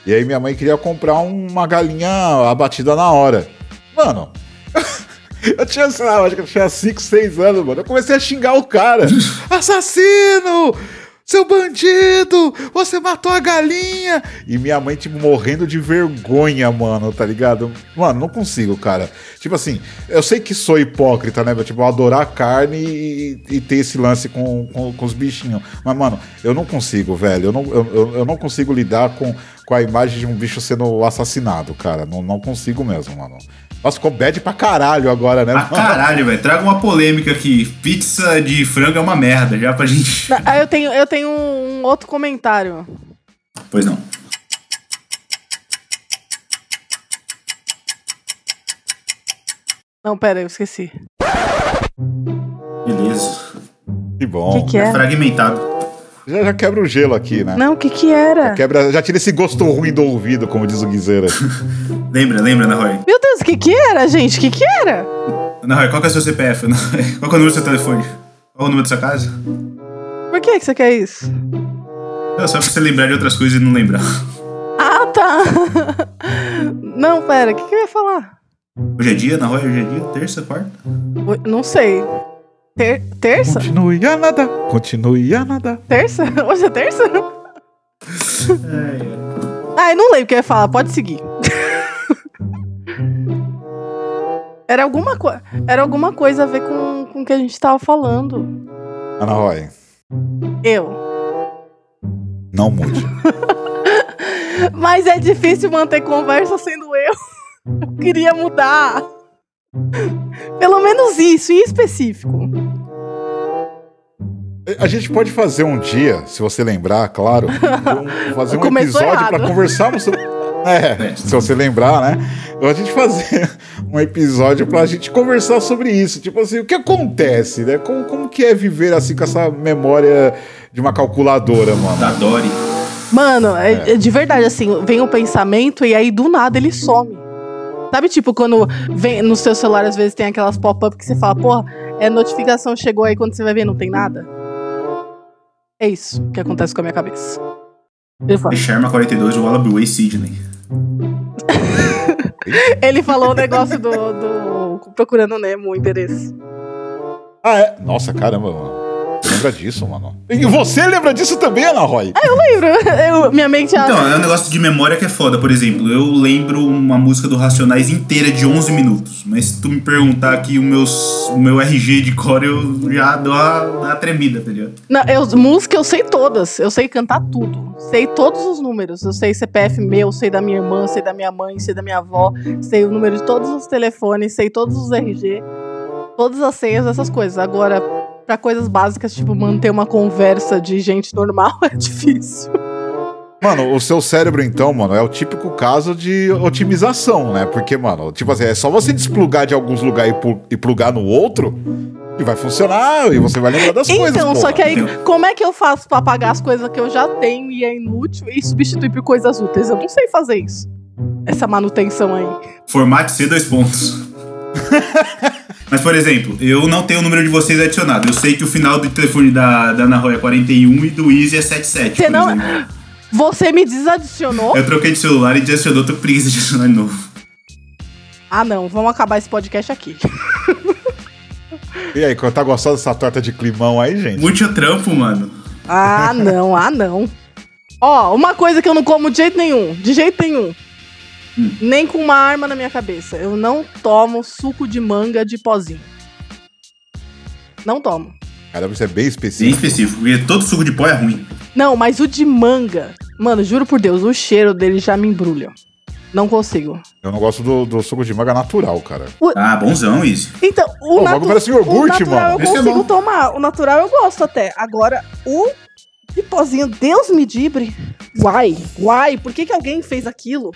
E aí minha mãe queria comprar uma galinha abatida na hora. Mano, eu tinha, sei lá, eu acho que eu tinha 5, 6 anos, mano. Eu comecei a xingar o cara. Assassino! Seu bandido! Você matou a galinha! E minha mãe, tipo, morrendo de vergonha, mano, tá ligado? Mano, não consigo, cara. Tipo assim, eu sei que sou hipócrita, né? Tipo, eu adorar carne e, e ter esse lance com, com, com os bichinhos. Mas, mano, eu não consigo, velho. Eu não, eu, eu- eu não consigo lidar com, com a imagem de um bicho sendo assassinado, cara. Não, não consigo mesmo, mano. Nossa, ficou bad pra caralho agora, né,
Ah,
mano?
caralho, velho. Traga uma polêmica aqui. Pizza de frango é uma merda, já pra gente.
Ah, eu tenho, eu tenho um outro comentário.
Pois não.
Não, pera, eu esqueci.
Beleza.
Que
O
bom. né?
que, que é?
Fragmentado.
Já, já quebra o gelo aqui, né?
Não, o que, que era?
Quebra, já tira esse gosto ruim do ouvido, como diz o Guizeira.
Lembra, lembra, Ana Roy?
Meu Deus, o que, que era, gente? O que, que era?
Ana Roy, qual que é o seu CPF? Ana Roy? Qual que é o número do seu telefone? Qual é o número da sua casa?
Por que, que você quer isso?
Não, só pra você lembrar de outras coisas e não lembrar.
Ah, tá. Não, pera, o que, que eu ia falar?
Hoje é dia, Ana Roy? Hoje é dia? Terça, quarta?
Oi, Não sei. Ter- terça?
Continue a nadar, continue a nadar.
Terça? Hoje é terça? Ah, eu não lembro o que eu ia falar, pode seguir. Era alguma, co... Era alguma coisa a ver com, com o que a gente tava falando.
Ana Roy,
Eu.
não mude.
Mas é difícil manter conversa sendo eu. Eu queria mudar. Pelo menos isso, em específico.
A gente pode fazer um dia, se você lembrar, claro, um- fazer um
Começou
episódio
errado.
pra conversarmos sobre. É, se você lembrar, né? A gente fazer um episódio pra gente conversar sobre isso. Tipo assim, o que acontece, né? Como, como que é viver assim com essa memória de uma calculadora, mano?
Da Dori.
Mano, é- é de verdade, assim, vem o pensamento e aí do nada ele some. Sabe, tipo, quando vem no seu celular, às vezes tem aquelas pop-up que você fala, porra, é notificação, chegou aí quando você vai ver, não tem nada? É isso que acontece com a minha cabeça. Ele, fa-
The Sharma 42, Wallaby Way, Sydney.
ele falou o negócio do, do Procurando Nemo, o endereço.
Ah, é? Nossa, caramba, mano. Você Lembra disso, mano. E você lembra disso também, Ana Roy?
Lembro, eu, minha mente.
Então, é um negócio de memória que é foda. Por exemplo, eu lembro uma música do Racionais inteira de 11 minutos. Mas se tu me perguntar aqui o, meus, o meu RG de core, eu já dou a, dou a tremida, tá ligado?
Não, eu, música eu sei todas, eu sei cantar tudo. Sei todos os números. Eu sei CPF meu, sei da minha irmã, sei da minha mãe, sei da minha avó, sei o número de todos os telefones, sei todos os RG, todas as senhas, essas coisas. Agora, pra coisas básicas, tipo manter uma conversa de gente normal, é difícil.
Mano, o seu cérebro, então, mano, é o típico caso de otimização, né? Porque, mano, tipo assim, é só você desplugar de alguns lugares e, plu- e plugar no outro, E vai funcionar, e você vai lembrar das coisas.
Então, só
porra.
que aí, como é que eu faço pra pagar as coisas que eu já tenho e é inútil e substituir por coisas úteis? Eu não sei fazer isso. Essa manutenção aí.
Formate C, dois pontos. Mas, por exemplo, eu não tenho o número de vocês adicionado. Eu sei que o final do telefone da, da Ana Roy é 41 e do Easy é 77.
Você
por
não- é-
exemplo.
Você me desadicionou?
Eu troquei de celular e adicionou, tô com preguiça de adicionar de novo.
Ah, não. Vamos acabar esse podcast aqui.
E aí, tá gostosa dessa torta de climão aí, gente?
Muito trampo, mano.
Ah, não. Ah, não. Ó, uma coisa que eu não como de jeito nenhum. De jeito nenhum.
Hum.
Nem com uma arma na minha cabeça. Eu não tomo suco de manga de pozinho. Não tomo.
Caramba, isso é bem
Bem
específico.
específico, porque todo suco de pó é ruim.
Não, mas o de manga. Mano, juro por Deus, o cheiro dele já me embrulha. Não consigo.
Eu não gosto do, do suco de manga natural, cara.
Ah, bonzão, Easy.
Então, o,
Pô, o
natu-
bagulho parece um iogurte,
o natural
mano.
eu
Esse é
consigo
bom.
tomar. O natural eu gosto até. Agora, o de pozinho, Deus me dibre. Uai, uai, por que, que alguém fez aquilo?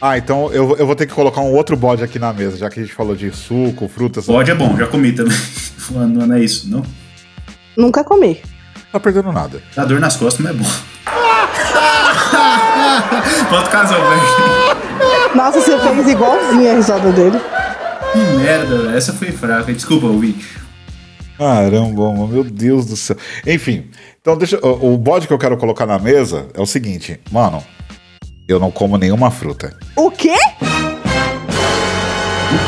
Ah, então eu, eu vou ter que colocar um outro bode aqui na mesa, já que a gente falou de suco, frutas.
Bode é bom, já comi também. Não, não é isso, não.
Nunca comi.
Não tá perdendo nada.
Dá dor nas costas, mas é bom. Bota o casal, velho.
Nossa, você fez igualzinho a risada dele.
Que merda, velho. Essa foi fraca. Desculpa, ouvinte.
Caramba, mano, meu Deus do céu. Enfim, então deixa. O, o bode que eu quero colocar na mesa é o seguinte, mano. Eu não como nenhuma fruta.
O quê?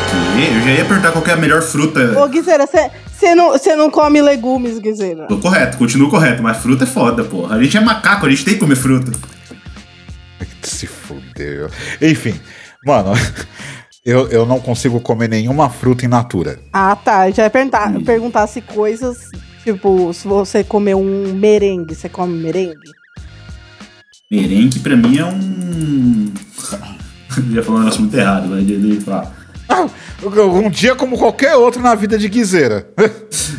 Que? Eu já ia perguntar qual que é a melhor fruta.
Ô, Guiseira, você não, cê não come legumes, Guiseira.
Tô correto, continuo correto, mas fruta é foda, porra. A gente é macaco, a gente tem que comer fruta.
É Se fudeu. Enfim, mano, eu, eu não consigo comer nenhuma fruta in natura.
Ah, tá. Eu já ia perguntar,
Hum.
perguntar se coisas. Tipo, se você comer um merengue, você come merengue?
Merengue pra mim é um. Eu ia falar um negócio muito errado, mas eu ia falar.
Ah, um dia como qualquer outro na vida de guiseira.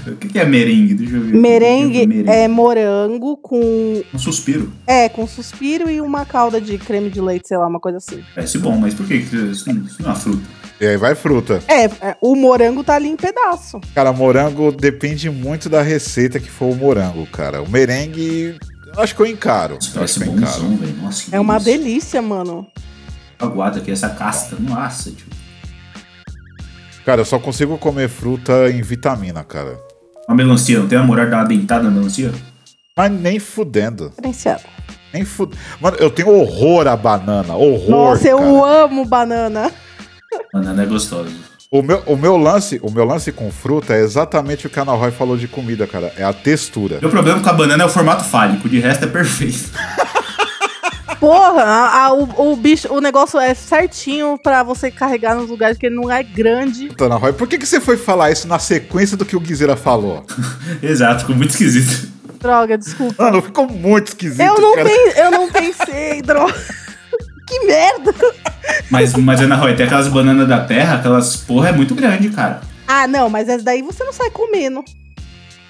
O que que é merengue? Deixa eu ver.
Merengue,
Merengue.
é morango com.
Um suspiro.
É, com suspiro e uma calda de creme de leite, sei lá, uma coisa assim.
Parece bom, mas por que que isso não isso não é uma fruta?
E aí vai fruta.
É, é, o morango tá ali em pedaço.
Cara, morango depende muito da receita que for o morango, cara. O merengue, eu acho que eu encaro.
Isso
Eu acho
parece
que eu encaro.
bonzão, velho. Nossa, que
É uma
delícia.
delícia, mano.
Aguarda aqui essa casta. Nossa, tipo. tio.
Cara, eu só consigo comer fruta em vitamina, cara.
Uma melancia, não tem a moral de dar uma dentada na melancia?
Mas nem fudendo.
Diferenciado.
Nem fudendo. Mano, eu tenho horror à banana. Horror.
Nossa, eu
cara.
amo banana.
Banana é gostosa.
O meu, o meu lance, o meu lance com fruta é exatamente o que a Ana Roy falou de comida, cara. É a textura.
Meu problema com a banana é o formato fálico, de resto é perfeito.
Porra, a- a- o, o bicho, o negócio é certinho pra você carregar nos lugares que ele não é grande.
Puta, Ana Roy, por que, que você foi falar isso na sequência do que o Guizeira falou?
Exato, ficou muito esquisito.
Droga, desculpa.
Mano, ficou É muito esquisito,
Eu não,
cara.
pen- eu não pensei, droga. Que merda!
Mas, mas Ana Roy, tem aquelas bananas da terra, aquelas porra é muito grande, cara.
Ah, não, mas essa daí você não sai comendo.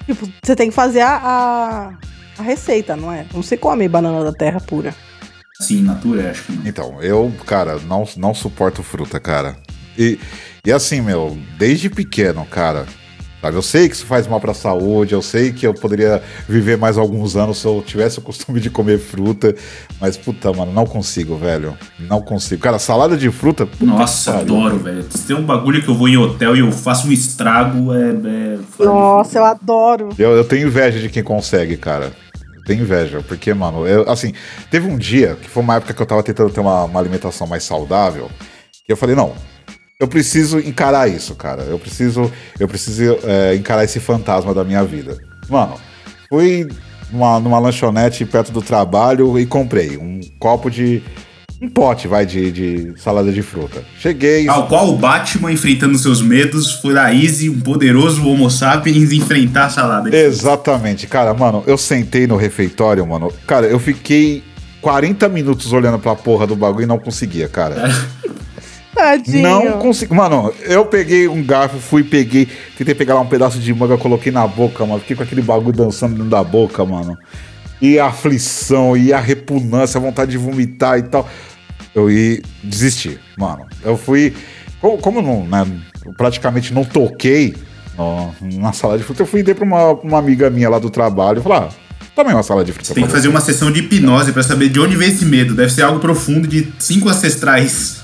Tipo, você tem que fazer a, a, a receita, não é? Não se come banana da terra pura.
Assim, in natura, acho que não.
Então, eu, cara, não, não suporto fruta, cara. E, e assim, meu, desde pequeno, cara. Sabe, eu sei que isso faz mal pra saúde, eu sei que eu poderia viver mais alguns anos se eu tivesse o costume de comer fruta, mas puta, mano, não consigo, velho. Não consigo. Cara, salada de fruta, puta
Nossa,
que pariu.
adoro, velho. Se tem um bagulho que eu vou em hotel e eu faço um estrago, é. é fora
Nossa, eu adoro.
Eu, eu tenho inveja de quem consegue, cara. Eu tenho inveja, porque, mano, eu- assim, teve um dia, que foi uma época que eu tava tentando ter uma, uma alimentação mais saudável, que eu falei, não, eu preciso encarar isso, cara. Eu preciso, eu preciso é, encarar esse fantasma da minha vida. Mano, fui numa, numa lanchonete perto do trabalho e comprei um copo de. um pote, vai, de, de salada de fruta. Cheguei.
Tal qual o Batman enfrentando seus medos, foi a Izzy, um poderoso Homo sapiens, enfrentar a salada.
Exatamente, cara, mano, eu sentei no refeitório, mano. Cara, eu fiquei 40 minutos olhando pra porra do bagulho e não conseguia, cara.
Tadinho.
Não consegui. Mano, eu peguei um garfo, fui, peguei, tentei pegar lá um pedaço de manga, coloquei na boca, mano. Fiquei com aquele bagulho dançando dentro da boca, mano. E a aflição, e a repugnância, a vontade de vomitar e tal. Eu ia desistir, mano. Eu fui. Como, como eu não, né, eu praticamente não toquei Ó, uma salada de fruta. Eu fui e dei pra uma, uma amiga minha lá do trabalho. Eu falei, ah, também uma salada de fruta.
Você tem que
pra
fazer uma sessão de hipnose pra saber de onde vem esse medo. Deve ser algo profundo de cinco ancestrais.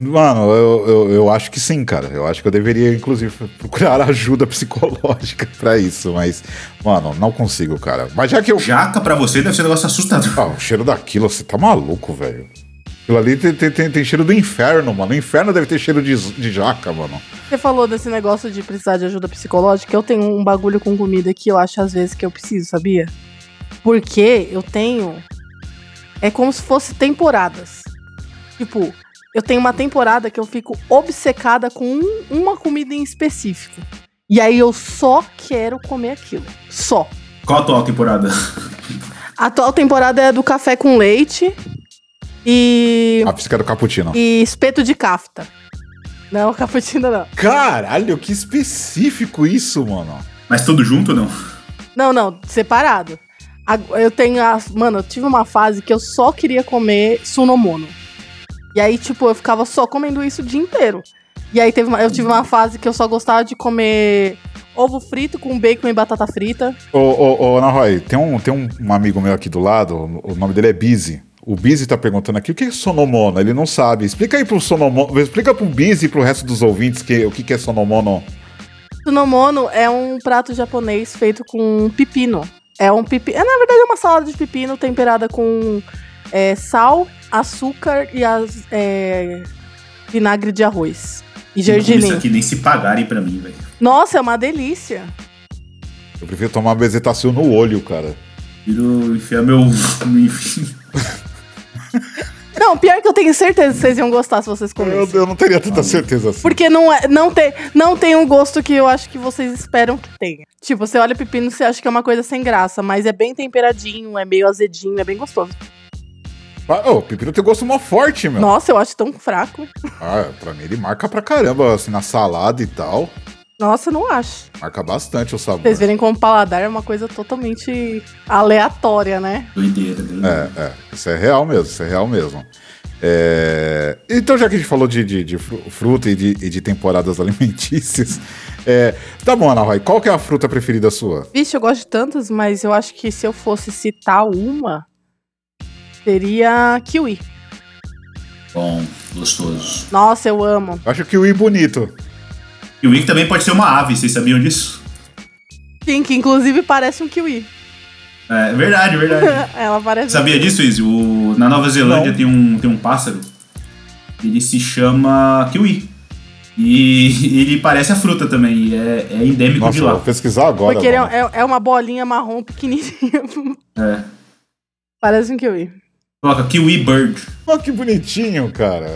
Mano, eu, eu, eu acho que sim, cara. Eu acho que eu deveria, inclusive, procurar ajuda psicológica pra isso. Mas, mano, não consigo, cara. Mas já que eu.
Jaca pra você deve ser um negócio assustador.
Ah, o cheiro daquilo, você tá maluco, velho. Aquilo ali tem, tem, tem, tem cheiro do inferno, mano. O inferno deve ter cheiro de, de jaca, mano.
Você falou desse negócio de precisar de ajuda psicológica. Eu tenho um bagulho com comida que eu acho às vezes que eu preciso, sabia? Porque eu tenho. É como se fosse temporadas. Tipo, eu tenho uma temporada que eu fico obcecada com um- uma comida em específico. E aí eu só quero comer aquilo. Só.
Qual a atual temporada?
A atual temporada é do café com leite e,
A pisca do cappuccino.
e espeto de cafta. Não, cappuccino não.
Caralho, que específico isso, mano.
Mas tudo junto ou não?
Não, não, separado. Ag- Eu tenho a. Mano, eu tive uma fase que eu só queria comer sunomono. E aí, tipo, eu ficava só comendo isso o dia inteiro. E aí teve uma- eu tive uma fase que eu só gostava de comer ovo frito com bacon e batata frita.
Ô, ô, ô, Ana Roy, tem, um, tem um, um amigo meu aqui do lado, o o nome dele é Bizi. O Bizi tá perguntando aqui o que é sonomono, ele não sabe. Explica aí pro sonomono, explica pro Bizi e pro resto dos ouvintes que, o que, que é sonomono.
Sunomono é um prato japonês feito com pepino. É um pepino. É, na verdade, é uma salada de pepino temperada com é, sal, açúcar e as- é, vinagre de arroz. E
Isso
gergelim.
aqui nem se pagarem pra mim, velho.
Nossa, é uma delícia.
Eu prefiro tomar bezetacil no olho, cara.
Prefiro enfiar meu. Enfim.
Não, pior que eu tenho certeza que vocês iam gostar se vocês
Eu,
comessem.
eu não teria tanta certeza assim.
Porque não, é, não, tem, não tem um gosto que eu acho que vocês esperam que tenha. Tipo, você olha pepino, você acha que é uma coisa sem graça, mas é bem temperadinho, é meio azedinho, é bem gostoso.
Ah, Ô, o pepino tem gosto mó forte, meu.
Nossa, eu acho tão fraco.
Ah, pra mim ele marca pra caramba, assim, na salada e tal.
Nossa, eu não acho.
Marca bastante o sabor.
Vocês verem como paladar é uma coisa totalmente aleatória, né?
Doideira, doideira.
É, é. Isso é real mesmo, isso é real mesmo. É, Então, já que a gente falou de, de- de fru- fruta e de, e de temporadas alimentícias, é, tá bom, Ana Roy, qual que é a fruta preferida sua?
Vixe, eu gosto de tantas, mas eu acho que se eu fosse citar uma, seria kiwi.
Bom, gostoso.
Nossa, eu amo.
Eu acho que o i bonito.
E o Wick também pode ser uma ave, vocês sabiam disso?
Sim, que inclusive parece um kiwi.
É verdade, verdade.
Ela parece.
Sabia disso, Izzy? O- Na Nova Zelândia
Não.
tem um, tem um pássaro. Ele se chama Kiwi. E ele parece a fruta também. e é, é endêmico
Nossa,
de
eu vou
lá.
pesquisar agora.
Porque ele é,
mano.
é- é uma bolinha marrom pequenininha.
É.
Parece um kiwi.
Coloca Kiwi Bird.
um-
Olha que bonitinho, cara.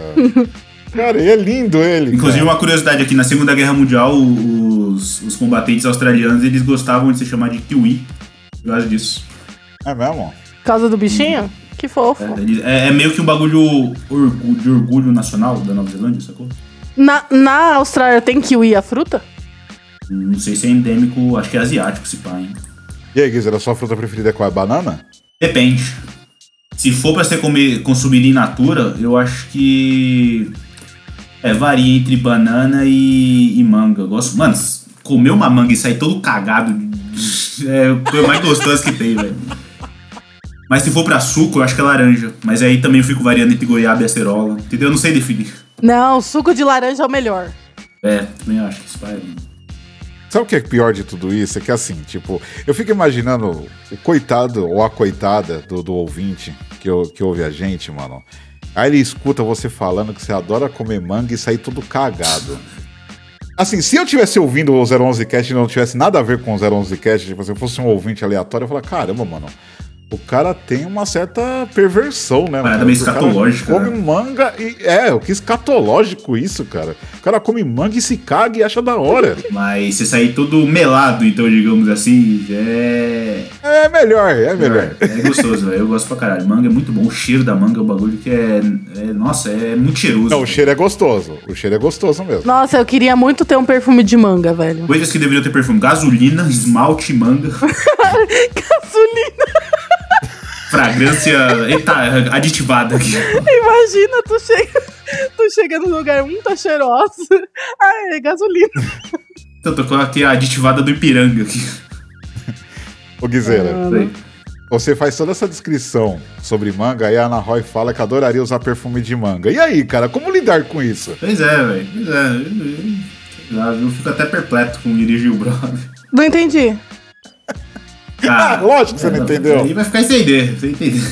cara, ele é lindo ele.
Inclusive,
cara.
uma curiosidade aqui, na Segunda Guerra Mundial, o- os, os combatentes australianos, eles gostavam de se chamar de Kiwi. Por causa disso.
É mesmo?
Por causa do bichinho? Que fofo.
É, eles- é- é meio que um bagulho orgu- de orgulho nacional da Nova Zelândia, sacou?
Na, na Austrália tem kiwi a fruta?
Não sei se é endêmico, acho que é asiático se pá, hein?
E aí, Guizera, sua fruta preferida é qual? É banana?
Depende. Se for pra ser comer, consumir in natura, eu acho que. É, varia entre banana e, e manga. Eu gosto. Mano, s- comer uma manga e sair todo cagado é a coisa mais gostosa que tem, velho. Mas se for pra suco, eu acho que é laranja. Mas aí também eu fico variando entre goiaba e acerola. Entendeu? Eu não sei definir.
Não, suco de laranja é o melhor.
É, também acho que isso vai.
Sabe o que é pior de tudo isso? É que assim, tipo, eu fico imaginando o coitado ou a coitada do, do ouvinte que, ou- que ouve a gente, mano. Aí ele escuta você falando que você adora comer manga e sair todo cagado. Assim, se eu tivesse ouvindo o 011 Cast e não tivesse nada a ver com o 011 Cast, tipo, se eu fosse um ouvinte aleatório, eu falaria, caramba, mano, o cara tem uma certa perversão, né? mano?
meio
O cara
escatológica,
Come
né?
manga e... É, o que escatológico isso, cara. O cara come manga e se caga e acha da hora.
Mas você sair todo melado, então, digamos assim, é.
É melhor, é melhor.
É, é gostoso, velho. Eu gosto pra caralho. Manga é muito bom. O cheiro da manga é um bagulho que é. é- nossa, é muito cheiroso.
Não, o
velho.
cheiro é gostoso. O cheiro é gostoso mesmo.
Nossa, eu queria muito ter um perfume de manga, velho.
Coisas que deveriam ter perfume: gasolina, esmalte, manga,
Gasolina,
fragrância eta- aditivada aqui.
imagina, tu hum, chega, tu chega no lugar, um tá cheiroso. Ah, é gasolina.
Então, Eu tô com aqui a aditivada do Ipiranga aqui.
Ô, Guizeira, você faz toda essa descrição sobre manga e a Ana Roy fala que adoraria usar perfume de manga. E aí, cara, como lidar com isso?
Pois é, velho. Pois é. Eu, eu- sei lá, eu fico até perplexo com dirigir o brother.
Não entendi.
Ah, lógico que você não entendeu.
Aí vai ficar sem ideia, sem entender.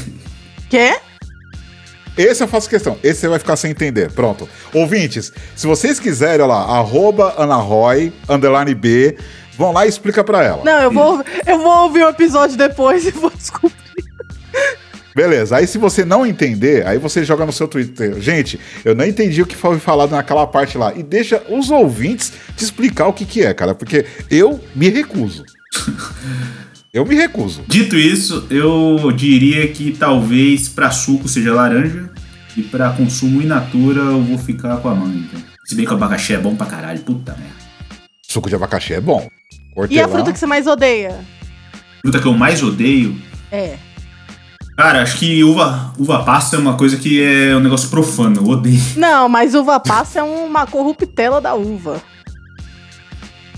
Quê?
Esse eu faço questão. Esse você vai ficar sem entender. Pronto. Ouvintes, se vocês quiserem, olha lá, arroba anaroy, underline B, vão lá e explica pra ela.
Não, eu vou, eu vou ouvir o episódio depois e vou desculpar.
Beleza. Aí se você não entender, aí você joga no seu Twitter. Gente, eu não entendi o que foi falado naquela parte lá. E deixa os ouvintes te explicar o que que é, cara. Porque eu me recuso. eu me recuso.
Dito isso, eu diria que talvez pra suco seja laranja e pra consumo in natura eu vou ficar com a manga. Então. Se bem que o abacaxi é bom pra caralho, puta merda.
Suco de abacaxi é bom.
E
Hortelã.
a fruta que você mais odeia?
Fruta que eu mais odeio
É.
Cara, acho que uva, uva passa é uma coisa que é um negócio profano, eu odeio.
Não, mas uva passa é uma corruptela da uva.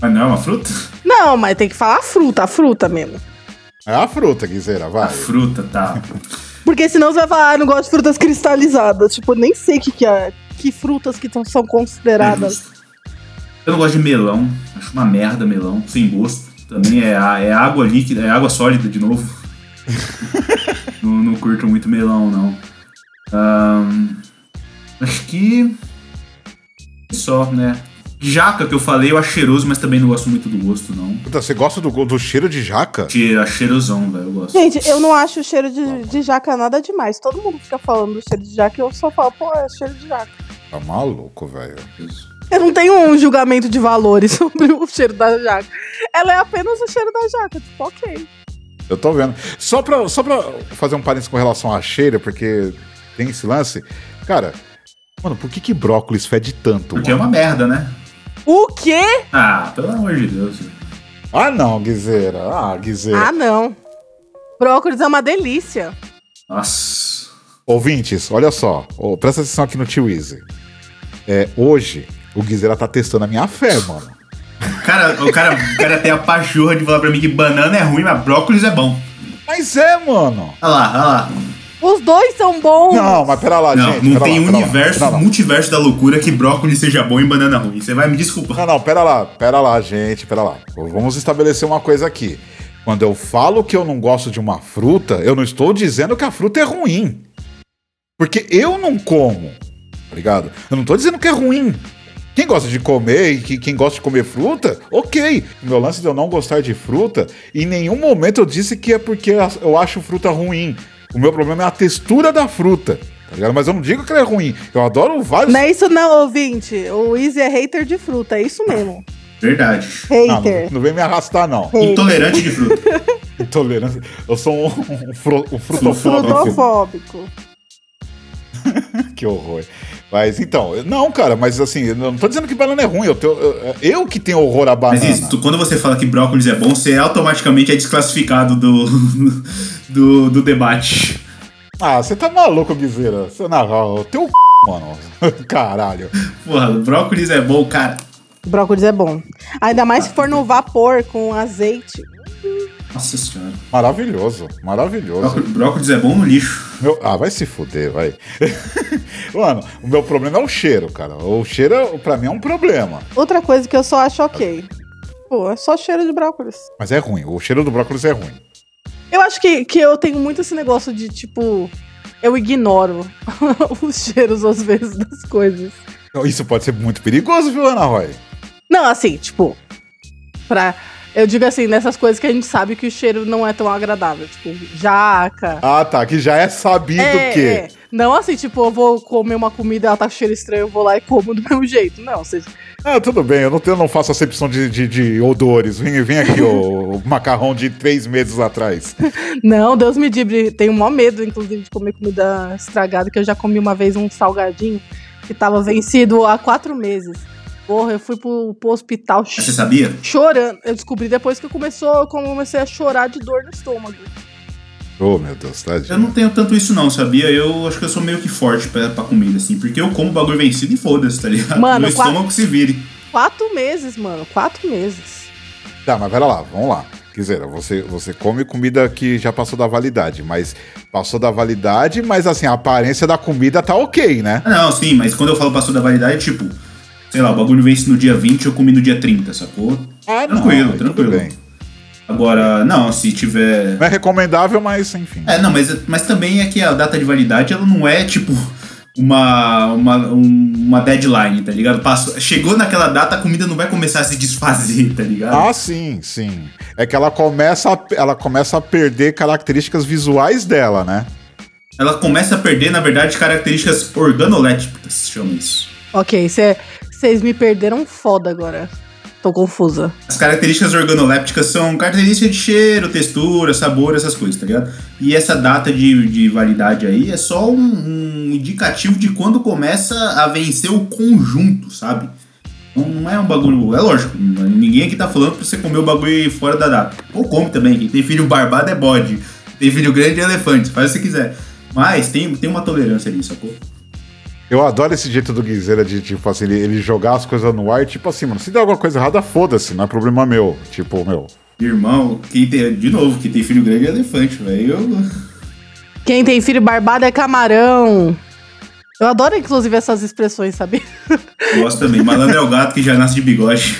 Mas não é uma fruta?
Não, mas tem que falar a fruta, a fruta mesmo.
É a fruta, Guiseira,
A
vai.
fruta, tá.
Porque senão você vai falar, ah, não gosto de frutas cristalizadas. Tipo, nem sei o que, que é. Que frutas que tão- são
Uhum.
consideradas.
Eu não gosto de melão, acho uma merda melão, sem gosto. Também é, a- é água líquida, é água sólida de novo. não, não curto muito melão, não. Ahn, acho que. Só, né? Jaca que eu falei, eu acho cheiroso, mas também não gosto muito do gosto, não.
Puta, Você gosta do, do cheiro de jaca?
Cheiro, acho cheirosão, velho, eu gosto.
Gente, eu não acho o cheiro de, de jaca nada demais. Todo mundo fica falando do cheiro de jaca e eu só falo, pô, é cheiro de jaca.
Tá maluco, velho.
Eu não tenho um julgamento de valores sobre o cheiro da jaca. Ela é apenas o cheiro da jaca. Tipo, ok.
Eu tô vendo. Só pra, só pra fazer um parênteses com relação à cheira, porque tem esse lance. Cara, mano, por que que brócolis fede tanto,
Porque é
mano?
uma merda, né?
O quê?
Ah, pelo amor de Deus. velho.
Ah, não, Guiseira. Ah, Guiseira.
Ah, não. Brócolis é uma delícia.
Nossa.
Ouvintes, olha só. Ô, presta atenção aqui no Tio Easy. É, hoje, o Guiseira tá testando a minha fé, mano.
Cara, o cara, o cara tem a pachorra de falar pra mim que banana é ruim, mas brócolis é bom.
Mas é, mano.
Olha lá, olha lá.
Os dois são bons.
Não, mas pera lá,
Não,
gente.
não
pera
tem
lá, pera lá.
universo,
Não, não.
multiverso da loucura que brócolis seja bom e banana ruim. Você vai me
Não,
desculpar.
não, pera lá, pera lá, gente, pera lá. Vamos estabelecer uma coisa aqui. Quando eu falo que eu não gosto de uma fruta, eu não estou dizendo que a fruta é ruim. Porque eu não como, tá ligado? Eu não tô dizendo que é ruim. Quem gosta de comer e que- quem gosta de comer fruta, ok. Meu lance de eu não gostar de fruta, em nenhum momento eu disse que é porque eu acho fruta ruim. O meu problema é a textura da fruta, tá ligado? Mas eu não digo que ela é ruim. Eu adoro vários.
Não é isso não, ouvinte. O Easy é hater de fruta, é isso mesmo.
Verdade.
Ah, Não, não,
Hater.
não vem me arrastar, não.
Intolerante de fruta.
Intolerância. Eu sou um, um, fro- um frutofóbico.
Frutofóbico.
que horror. Mas então, eu- não, cara, mas assim, eu não tô dizendo que banana é ruim. Eu, tenho- eu, eu que tenho horror à banana.
Mas isso, tu- quando você fala que brócolis é bom, você automaticamente é desclassificado do, do, do debate.
Ah, você tá maluco, Guizeira. Você na o teu c, mano. Caralho.
Porra, brócolis é bom, cara.
Brócolis é bom. Ainda mais se for no vapor com azeite.
Nossa senhora.
Maravilhoso, maravilhoso.
Brócolis, brócolis é bom no lixo.
Meu- ah, vai se fuder, vai. mano, o meu problema é o cheiro, cara. O cheiro, é- pra mim, é um problema.
Outra coisa que eu só acho ok. Pô, é só cheiro de brócolis.
Mas é ruim. O cheiro do brócolis é ruim.
Eu acho que, que eu tenho muito esse negócio de, tipo, eu ignoro os cheiros às vezes das coisas.
Então, Isso pode ser muito perigoso, viu, Ana Roy?
Não, assim, tipo, pra. Eu digo assim, nessas coisas que a gente sabe que o cheiro não é tão agradável. Tipo, jaca.
Ah, tá. Que já é sabido que.
é. Não assim, tipo, eu vou comer uma comida, ela tá com cheiro estranho, eu vou lá e como do mesmo jeito. Não, vocês.
Ah, tudo bem, eu não, tenho- eu não faço acepção de, de, de odores. Vem, vem aqui, o, macarrão de três meses atrás.
Não, Deus me livre. Tenho o maior medo, inclusive, de comer comida estragada, que eu já comi uma vez um salgadinho que tava vencido há quatro meses. Porra, eu fui pro, pro hospital
Ah, Você tá- sabia?
chorando. Eu descobri depois que eu começou, como eu comecei a chorar de dor no estômago.
Oh, meu Deus, tadinho.
Eu não tenho tanto isso não, sabia? Eu acho que eu sou meio que forte pra, pra comida, assim, porque eu como bagulho vencido e foda-se, tá ligado?
Mano,
Meu
qua-
estômago que se vire.
Quatro meses, mano. Quatro meses.
Tá, mas pera lá, vamos lá. Quer dizer, você, você come comida que já passou da validade, mas passou da validade, mas assim, a aparência da comida tá ok, né?
Ah, Não, sim, mas quando eu falo passou da validade, é tipo, sei lá, o bagulho vence no dia 20, eu comi no dia 30, sacou?
É,
Tranquilo, tranquilo. Agora, não, se tiver.
Não é recomendável, mas enfim.
É, não, mas, mas também é que a data de validade ela não é tipo uma, uma, um- uma deadline, tá ligado? Passou, chegou naquela data, a comida não vai começar a se desfazer, tá ligado?
Ah, sim, sim. É que ela começa, a, ela começa a perder características visuais dela, né?
Ela começa a perder, na verdade, características organolépticas, se chama isso.
Ok, vocês me perderam foda agora. Tô confusa.
As características organolépticas são características de cheiro, textura, sabor, essas coisas, tá ligado? E essa data de, de validade aí é só um, um indicativo de quando começa a vencer o conjunto, sabe? Não, não é um bagulho. É lógico, ninguém aqui tá falando pra você comer o bagulho fora da data. Ou come também, quem tem filho barbado é bode. Tem filho grande é elefante, faz o que você quiser. Mas tem, tem uma tolerância ali, sacou?
Eu adoro esse jeito do Guizeira de, tipo assim, ele, ele jogar as coisas no ar, e, tipo assim, mano, se der alguma coisa errada, foda-se, não é problema meu. Tipo, meu,
Irmão, quem tem, de novo, quem tem filho grande é elefante, velho. Eu-
Quem tem filho barbado é camarão. Eu adoro, inclusive, essas expressões, sabe?
Eu gosto também. Malandro é o gato que já nasce de bigode.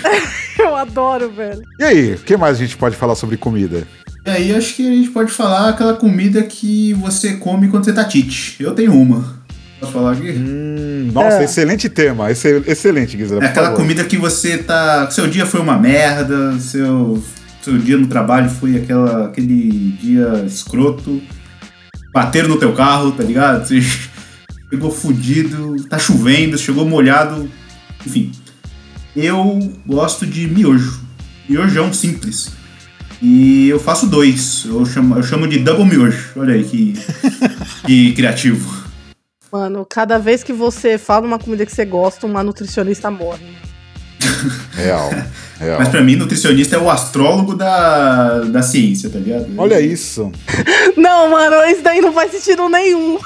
Eu adoro, velho.
E aí, o que mais a gente pode falar sobre comida?
É, E aí acho que a gente pode falar aquela comida que você come quando você tá tite. Eu tenho uma. Posso falar aqui?
Hum, nossa,
É.
excelente tema. excel- excelente, Guizera.
É
por
aquela
favor.
comida que você tá. Seu dia foi uma merda, seu, seu dia no trabalho foi aquela, aquele dia escroto. Bateram no teu carro, tá ligado? Você chegou fudido, tá chovendo, chegou molhado, enfim. Eu gosto de miojo. Miojo é um simples. E eu faço dois. Eu chamo, eu chamo de double miojo. Olha aí que, que criativo.
Mano, cada vez que você fala uma comida que você gosta, uma nutricionista morre.
Real, real.
Mas pra mim, nutricionista é o astrólogo da, da ciência, tá ligado?
Olha isso.
Não, mano, isso daí não faz sentido nenhum.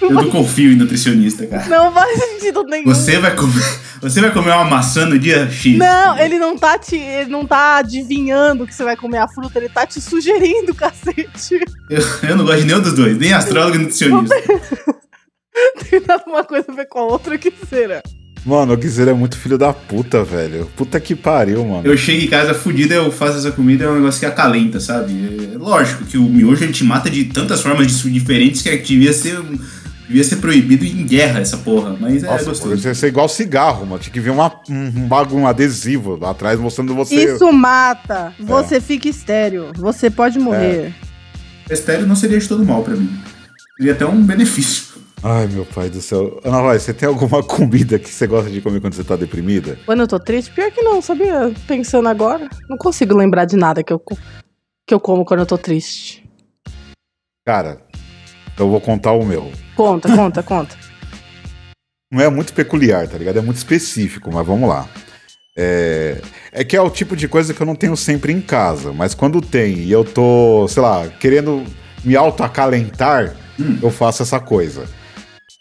Eu não confio em nutricionista, cara.
Não faz sentido nenhum.
Você vai comer, você vai comer uma maçã no dia X.
Não, ele não tá te. Ele não tá adivinhando que você vai comer a fruta, ele tá te sugerindo, cacete.
Eu, eu não gosto de nenhum dos dois, nem astrólogo e nutricionista.
Tem nada uma coisa a ver com a outra que será.
Mano, o Guizeira é muito filho da puta, velho. Puta que pariu, mano.
Eu chego em casa fudido, eu faço essa comida, é um negócio que acalenta, sabe? É lógico que o miojo ele te mata de tantas formas de- diferentes que devia ser, um, devia ser proibido em guerra essa porra, mas é
Nossa,
gostoso.
você é igual cigarro, mano. Tinha que vir uma, um, um bagulho, um adesivo lá atrás mostrando você.
Isso mata. Você fica estéreo. Você pode morrer.
O estéreo não seria de todo mal pra mim. Seria até um benefício.
Ai, meu pai do céu. Ana Roy, você tem alguma comida que você gosta de comer quando você tá deprimida?
Quando eu tô triste, pior que não, sabia? Pensando agora, não consigo lembrar de nada que eu, co- que eu como quando eu tô triste.
Cara, eu vou contar o meu.
Conta, conta, conta.
não é muito peculiar, tá ligado? É muito específico, mas vamos lá. É... é que é o tipo de coisa que eu não tenho sempre em casa, mas quando tem e eu tô, sei lá, querendo me autoacalentar, eu faço essa coisa.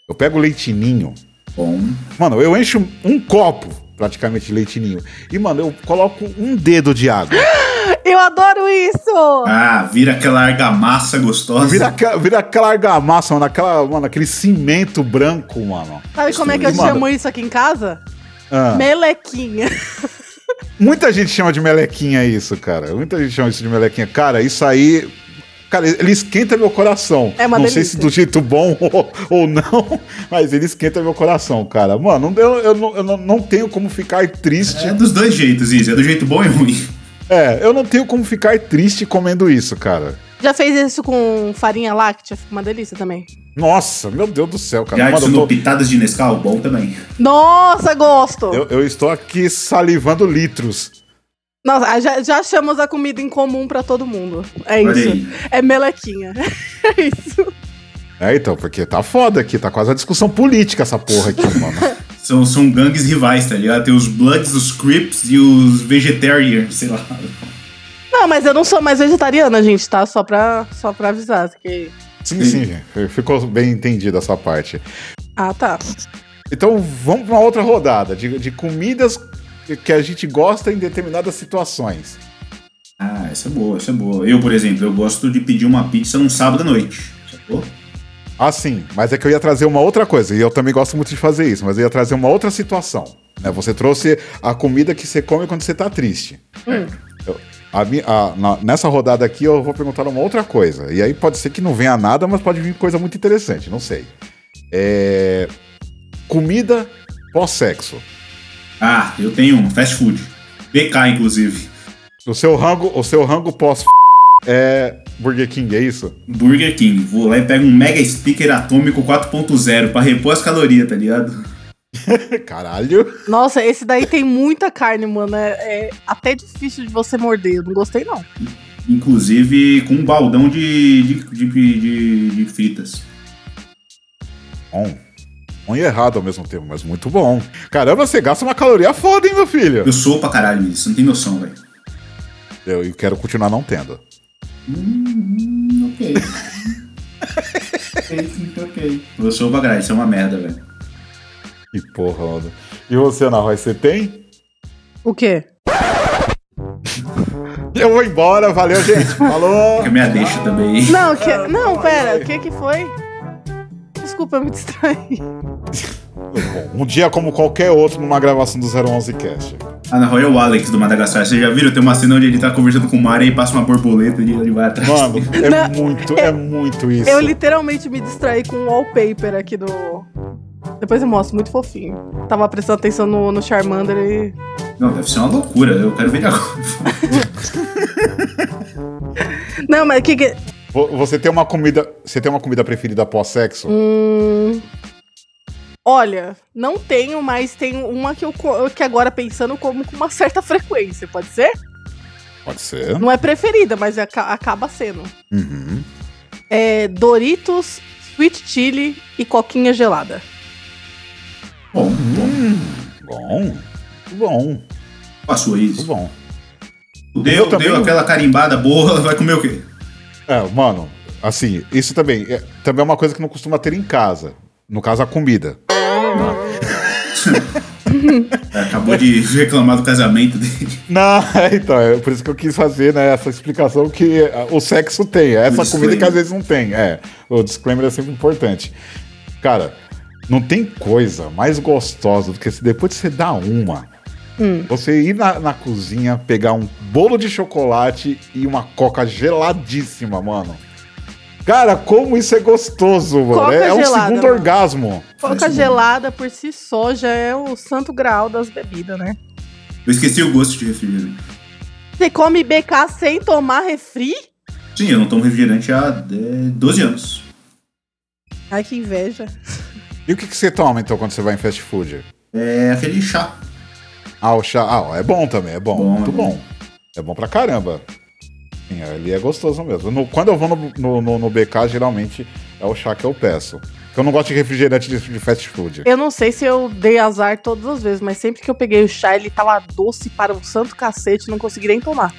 Eu pego leitinho,
Bom,
mano, eu encho um copo praticamente de leitinho e, mano, eu coloco um dedo de água.
Eu adoro isso!
ah, vira aquela argamassa gostosa.
Vira, aquela- vira aquela argamassa, mano, aquela, mano, aquele cimento branco, mano.
Sabe como é que eu
Mano.
chamo isso aqui em casa?
Ah.
Melequinha.
Muita gente chama de melequinha isso, cara. Muita gente chama isso de melequinha. Cara, isso aí. Cara, ele esquenta meu coração.
É uma
não sei
delícia.
se do jeito bom ou, ou não, mas ele esquenta meu coração, cara. Mano, eu, eu não- eu não- não tenho como ficar triste.
É dos dois jeitos, isso. É do jeito bom e ruim.
É, eu não tenho como ficar triste comendo isso, cara.
Já fez isso com farinha láctea? Fica uma delícia também.
Nossa, meu Deus do céu, cara.
Já
Mano, Tá eu,
adicionou
tô-
pitadas de Nescau? Bom também.
Nossa, gosto!
eu- eu estou aqui salivando litros.
Nossa, já, já achamos a comida em comum pra todo mundo. É
Olha
isso.
aí.
É melequinha. É isso.
É, então, porque tá foda aqui, tá quase a discussão política essa porra aqui, mano.
São, são gangues rivais, tá ligado? Tem os Bloods, os Crips e os Vegetarians, sei lá.
Não, mas eu não sou mais vegetariana, gente, tá? Só pra, só pra avisar. assim Que...
Sim, sim, gente. ficou bem entendida essa parte.
Ah, tá.
Então vamos para uma outra rodada de, de comidas que a gente gosta em determinadas situações.
Ah, essa é boa, essa é boa. Eu, por exemplo, eu gosto de pedir uma pizza num sábado à noite. Sacou?
Ah, sim, mas é que eu ia trazer uma outra coisa, e eu também gosto muito de fazer isso, mas eu ia trazer uma outra situação. Né? Você trouxe a comida que você come quando você tá triste. Eu- a mi- a- na- nessa rodada aqui eu vou perguntar uma outra coisa, e aí pode ser que não venha nada, mas pode vir coisa muito interessante, não sei. É, Comida pós-sexo.
Ah, eu tenho um, fast food. BK, inclusive.
O seu rango, o seu rango pós é Burger King, é isso?
Burger King. Vou lá e pego um Mega Speaker Atômico 4.0 pra repor as calorias, tá ligado?
Caralho.
Nossa, esse daí tem muita carne, mano. É, é até difícil de você morder. Eu não gostei, não.
Inclusive com um baldão de, de, de, de- de fritas.
Bom. Bom e errado ao mesmo tempo, mas muito bom. Caramba, você gasta uma caloria foda, hein, meu filho?
Eu sou pra caralho nisso, não tem noção, velho.
Eu, eu quero continuar não tendo.
Hum, ok. ok, ok. Eu sou pra caralho, isso é uma merda, velho.
Que porra, mano. E você, Ana Roy, você tem?
O quê?
Eu vou embora, valeu, gente. Falou.
Que minha deixa também.
Não, que... não pera. O que que foi? Desculpa, eu me distraí.
Bom, um dia como qualquer outro numa gravação do 011 Cast.
Ah, na Royal Alex do Madagascar, vocês já viram? Tem uma cena onde ele tá conversando com o Mario e passa uma borboleta e ele vai atrás.
Mano, é
Não,
muito, é muito isso.
Eu literalmente me distraí com o wallpaper aqui do... Depois eu mostro, muito fofinho. Tava prestando atenção no, no Charmander e...
Não, deve ser uma loucura, eu quero ver ele agora.
Não, mas o que que...
Vo- Você tem uma comida, você tem uma comida preferida pós-sexo?
Hum... Olha, não tenho, mas tenho uma que eu co- que agora pensando eu como com uma certa frequência, pode ser?
Pode ser.
Não é preferida, mas aca- acaba sendo.
Uhum.
É Doritos, Sweet Chili e coquinha gelada.
Bom, bom,
Bom, bom,
passou
muito
isso.
bom.
Deu,
também
deu
não.
aquela carimbada boa, vai comer o quê?
É, mano, assim, isso também é, também é uma coisa que não costuma ter em casa. No caso, a comida.
É, Acabou de reclamar do casamento dele.
Não, é, então, é por isso que eu quis fazer né, essa explicação que ah, o sexo tem, é essa
O
comida que
disclaimer.
às vezes não tem. É, o disclaimer é sempre importante. Cara, não tem coisa mais gostosa do que se depois de você dar uma,
Hum.
você ir na, na cozinha, pegar um bolo de chocolate e uma coca geladíssima, mano. Cara, como isso é gostoso, mano.
Coca
é é um
gelada,
segundo
mano.
orgasmo.
Coca
Faz um-
gelada por si só já é o santo graal das bebidas, né?
Eu esqueci o gosto de refrigerante.
Você come BK sem tomar refri?
Sim, eu não tomo refrigerante há é, 12 anos.
Ai, que inveja.
E o que, que você toma, então, quando você vai em fast food?
É aquele chá.
Ah, o chá. Ah, é bom também, é bom.
Bom,
muito
é bom.
bom. É bom pra caramba. Sim, ali é gostoso mesmo. No- quando eu vou no, no, no- no BK, geralmente é o chá que eu peço. Porque eu não gosto de refrigerante de, de fast food.
Eu não sei se eu dei azar todas as vezes, mas sempre que eu peguei o chá, ele tava doce para um santo cacete, não consegui nem tomar.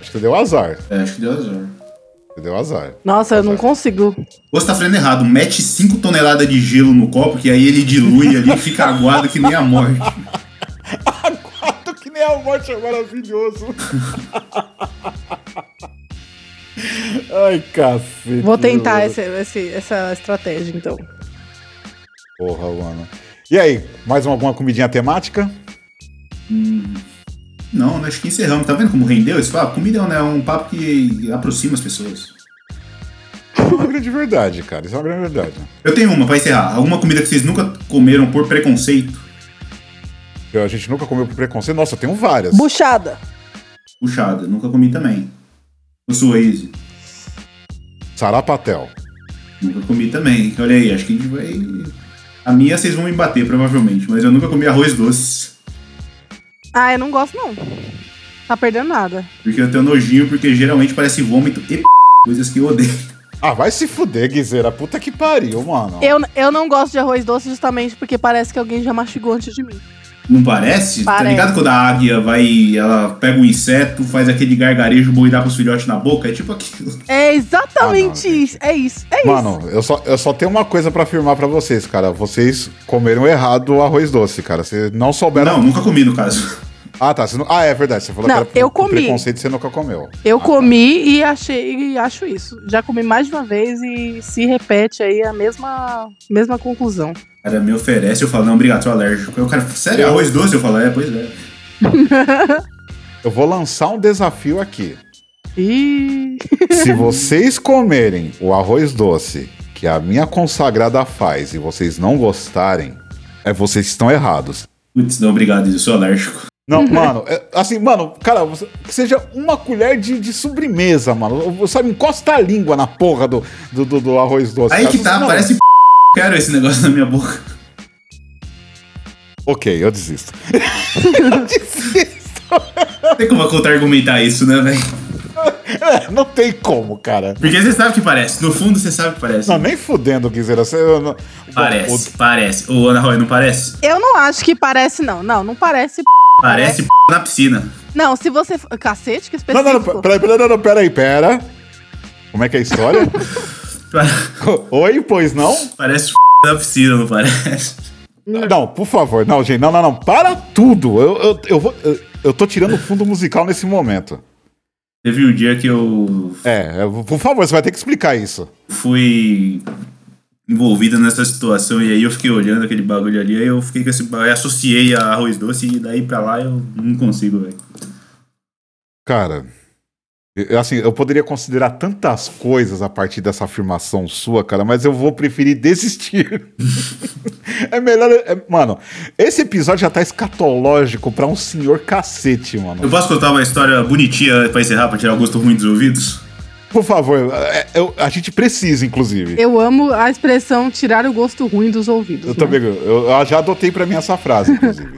Acho que deu azar.
É, acho que deu azar.
Você deu azar.
Nossa, eu não
Azar.
consigo.
Você tá fazendo errado, mete 5 toneladas de gelo no copo, que aí ele dilui ali e fica aguado que nem a morte.
Aguardo que nem a morte é maravilhoso. Ai, cacete.
Vou tentar
mano.
esse- esse- essa estratégia, então.
Porra, mano. E aí, mais alguma comidinha temática?
Não, né, acho que encerramos. Tá vendo como rendeu esse papo? Comida é um- é um papo que aproxima as pessoas.
É uma grande verdade, cara. Isso é uma grande verdade.
Eu tenho uma pra encerrar. Alguma comida que vocês nunca comeram por preconceito?
Eu- A gente nunca comeu por preconceito. Nossa, eu tenho várias.
Buchada.
Puxada, nunca comi também. O Suez,
Sarapatel.
nunca comi também. Olha aí, acho que a gente vai. A minha vocês vão me bater, provavelmente, mas eu nunca comi arroz doce.
Ah, eu não gosto, não. Tá perdendo nada.
Porque eu tenho nojinho, porque geralmente parece vômito e p... coisas que eu odeio.
Ah, vai se fuder, Guizeira. Puta que pariu, mano.
É Eu, eu não gosto de arroz doce justamente porque parece que alguém já mastigou antes de mim.
Não parece? Tá
Parece.
ligado quando a águia vai, ela pega um inseto, faz aquele gargarejo bom e dá pros filhotes na boca? É tipo aquilo.
É
Ah,
exatamente
não,
isso. É isso. É isso.
Mano, eu só, eu só tenho uma coisa pra afirmar pra vocês, cara. Vocês comeram errado o arroz doce, cara. Vocês não souberam.
Não, nunca comi no caso.
Ah, tá. você não- Ah, é verdade. Você falou
Não,
que era
eu
por
comi.
preconceito você nunca comeu. Ah, tá.
Eu comi e achei e acho isso. Já comi mais de uma vez e se repete aí a mesma, mesma conclusão.
cara me oferece, eu falo, não, obrigado, sou alérgico. Eu, cara, sério, arroz doce? Eu falo, é, pois é.
Eu vou lançar um desafio aqui.
E
Se vocês comerem o arroz doce que a minha consagrada faz e vocês não gostarem, é vocês estão errados.
Putz, não, obrigado, eu sou alérgico.
Não, mano, é- assim, mano, cara, você- que seja uma colher de, de sobremesa, mano. Sabe, encosta a língua na porra do, do, do- do arroz doce.
Aí
cara.
que
Você
tá,
não-
parece p... Quero esse negócio na minha boca.
Ok, eu desisto. eu desisto.
Não tem como eu contra-argumentar isso, né, velho?
É, não tem como, cara.
Porque você sabe o que parece. No fundo, você sabe o que parece.
Não, nem fudendo, Guiseira. Você, eu não-
parece,
O-
parece. Ô, Ana Roy, não parece?
eu não acho que parece não. Não, não parece. p****.
Parece p... na piscina.
Não, se você f- cacete que
Não,
específico.
não, não, peraí, peraí, não, não, peraí, pera. Como é que é a história?
Pa-
Oi, pois não?
Parece p... na piscina, não parece?
Não, por favor, não, gente, não, não, não, para tudo. Eu, eu, eu, vou, eu, eu tô tirando o fundo musical nesse momento.
Teve um dia que eu
É, eu- por favor, você vai ter que explicar isso.
fui envolvido nessa situação e aí eu fiquei olhando aquele bagulho ali, aí eu fiquei com esse bagulho, aí associei a arroz doce e daí pra lá eu não consigo, velho.
Cara, eu- assim, eu poderia considerar tantas coisas a partir dessa afirmação sua, cara, mas eu vou preferir desistir. é melhor. é- mano, esse episódio já tá escatológico pra um senhor cacete, mano.
Eu posso contar uma história bonitinha pra encerrar, pra tirar o gosto ruim dos ouvidos?
Por favor, é- eu- a gente precisa, inclusive.
Eu amo a expressão tirar o gosto ruim dos ouvidos.
Eu
né?
também, eu, eu já adotei pra mim essa frase, inclusive.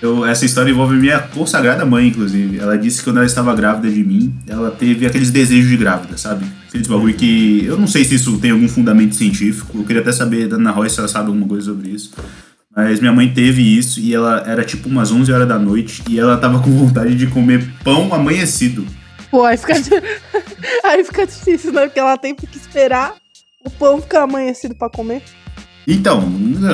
Eu- essa história envolve minha consagrada mãe, inclusive. Ela disse que quando ela estava grávida de mim, ela teve aqueles desejos de grávida, sabe? Aqueles bagulho que. Eu não sei se isso tem algum fundamento científico. Eu queria até saber da Ana Roy se ela sabe alguma coisa sobre isso. Mas minha mãe teve isso e ela era tipo umas 11 horas da noite e ela tava com vontade de comer pão amanhecido.
Pô, aí fica, di- aí fica difícil, né? Porque ela tem que esperar o pão ficar amanhecido pra comer.
Então,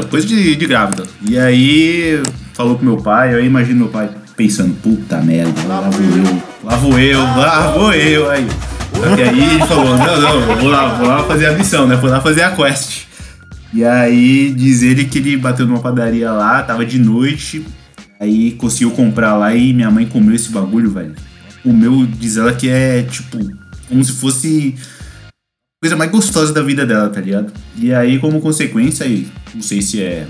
coisa de, de grávida. E aí, falou com meu pai, eu imagino meu pai pensando, puta merda, lá vou eu, lá vou eu, lá vou eu, aí. Só que aí ele falou, não, não, eu vou lá, vou lá fazer a missão, né? Vou lá fazer a quest. E aí, diz ele que ele bateu numa padaria lá, tava de noite, aí conseguiu comprar lá e minha mãe comeu esse bagulho, velho. O meu, diz ela que é, tipo, como se fosse coisa mais gostosa da vida dela, tá ligado? E aí, como consequência, e não sei se é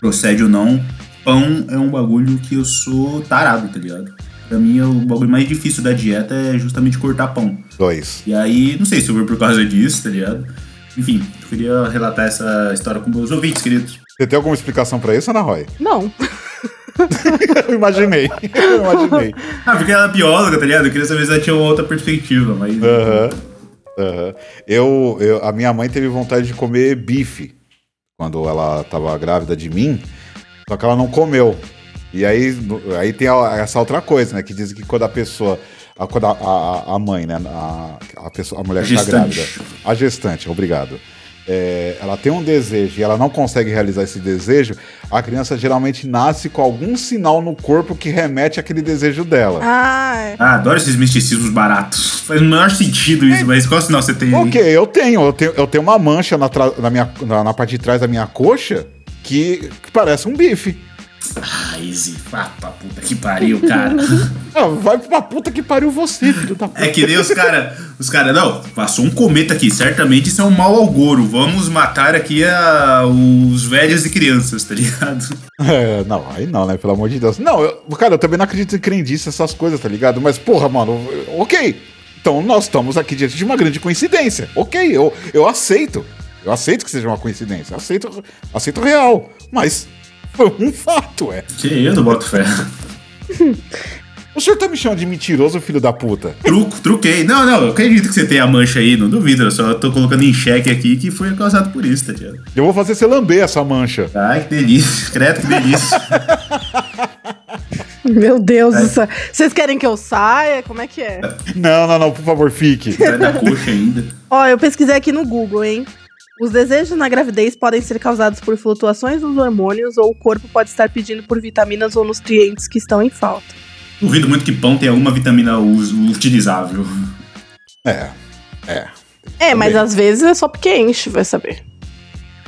procede ou não, pão é um bagulho que eu sou tarado, tá ligado? Pra mim, o bagulho mais difícil da dieta é justamente cortar pão.
Dois.
E aí, não sei se foi por causa disso, tá ligado? Enfim, eu queria relatar essa história com meus ouvintes, queridos.
Você tem alguma explicação pra isso, Ana Roy?
Não.
Eu imaginei. Eu imaginei.
Ah, porque ela é bióloga, tá ligado? Eu queria saber se ela tinha uma outra perspectiva, mas.
Aham. aham. Eu, eu- a minha mãe teve vontade de comer bife quando ela tava grávida de mim, só que ela não comeu. E aí, no- aí tem a- essa outra coisa, né? Que dizem que quando a pessoa. A, quando a, a- a mãe, né? A, a, pessoa, a mulher que tá
Gestante.
grávida. A gestante, obrigado. É, ela tem um desejo e ela não consegue realizar esse desejo, a criança geralmente nasce com algum sinal no corpo que remete àquele desejo dela.
Ah, é.
Ah, adoro esses misticismos baratos. Faz o menor sentido isso, mas qual sinal você tem aí?
É. Ok, eu tenho. Eu tenho, eu tenho uma mancha na, tra- na minha, na, na parte de trás da minha coxa que, que parece um bife.
Ah, Izzy, vá pra puta que pariu, cara.
Ah, vai pra puta que pariu você, filho da puta.
É que nem os cara, os cara, não, passou um cometa aqui, certamente isso é um mau auguro, vamos matar aqui a, os velhos e crianças, tá ligado?
É, não, aí não, né? Pelo amor de Deus. Não, eu- cara, eu também não acredito em crendice, essas coisas, tá ligado? Mas, porra, mano, ok. Então nós estamos aqui diante de uma grande coincidência. Ok, eu, eu aceito. Eu aceito que seja uma coincidência. Aceito, aceito real. Mas foi um fato, é.
Que eu não boto fé.
O senhor tá me chamando de mentiroso, filho da puta?
Truco, truquei. Não, não, eu acredito que você tem a mancha aí, não duvido, eu só tô colocando em xeque aqui que foi causado por isso, tá ligado?
Eu vou fazer você lamber essa mancha.
Ai, que delícia, credo que delícia.
Meu Deus
É.
do céu. Vocês querem que eu saia? Como é que é?
Não, não, não, por favor, fique.
Sai da coxa ainda.
Ó, eu pesquisei aqui no Google, hein? Os desejos na gravidez podem ser causados por flutuações nos hormônios ou o corpo pode estar pedindo por vitaminas ou nutrientes que estão em falta.
Duvido muito que pão tenha alguma vitamina us- utilizável.
É, é.
É, mas
Também.
às vezes é só porque enche, vai saber.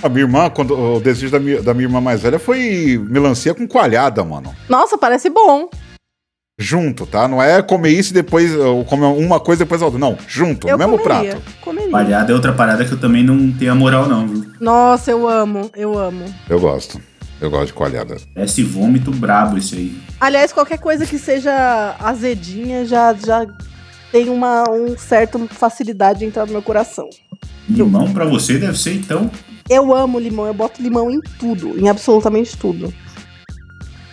A minha irmã, quando, o desejo da minha, da minha irmã mais velha foi melancia com coalhada, mano.
Nossa, parece bom.
Junto, tá? Não é comer isso e depois, ou comer uma coisa e depois a outra. Não, junto, no
Eu
mesmo
comeria.
prato.
Comeria.
Palhada é outra parada que eu também não tenho a moral, não, viu?
Nossa, eu amo, eu amo.
Eu gosto. Eu gosto de coalhada.
Parece vômito brabo isso aí.
Aliás, qualquer coisa que seja azedinha já, já tem uma um certa facilidade de entrar no meu coração.
Limão pra você deve ser, então.
Eu amo limão, eu boto limão em tudo, em absolutamente tudo.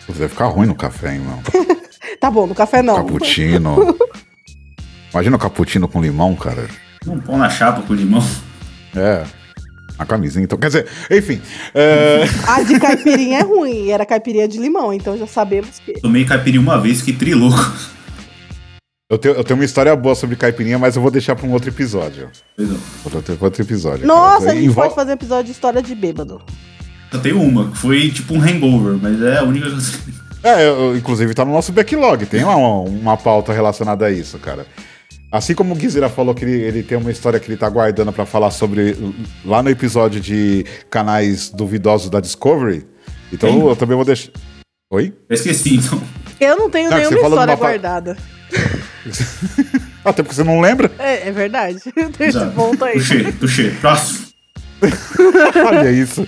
Você vai ficar ruim no café, hein, mano?
Tá bom, no café não.
Cappuccino. Imagina o cappuccino com limão, cara.
Um pão na chapa com limão.
É. A camisinha, então. Quer dizer, enfim. é,
A de caipirinha é ruim, e era caipirinha de limão, então já sabemos que.
Tomei caipirinha uma vez, que trilouco.
eu, tenho, eu tenho uma história boa sobre caipirinha, mas eu vou deixar pra um outro episódio. Outro, outro episódio. cara.
Nossa, a gente
Envol-
pode fazer um episódio de história de bêbado.
Só tem uma, que foi tipo um hangover, mas é a única que eu sei.
É, eu- inclusive tá no nosso backlog, tem lá uma, uma pauta relacionada a isso, cara. Assim como o Guizera falou que ele, ele tem uma história que ele tá guardando pra falar sobre lá no episódio de canais duvidosos da Discovery, então
Tem?
eu também vou deixar. Oi?
Eu esqueci, então.
Eu não tenho
Não, que
nenhuma
você falou
história
numa pa-
guardada.
Até porque você não lembra?
É, é verdade. Deixa
Já.
esse ponto aí.
Puxei, puxei. Próximo.
Olha isso.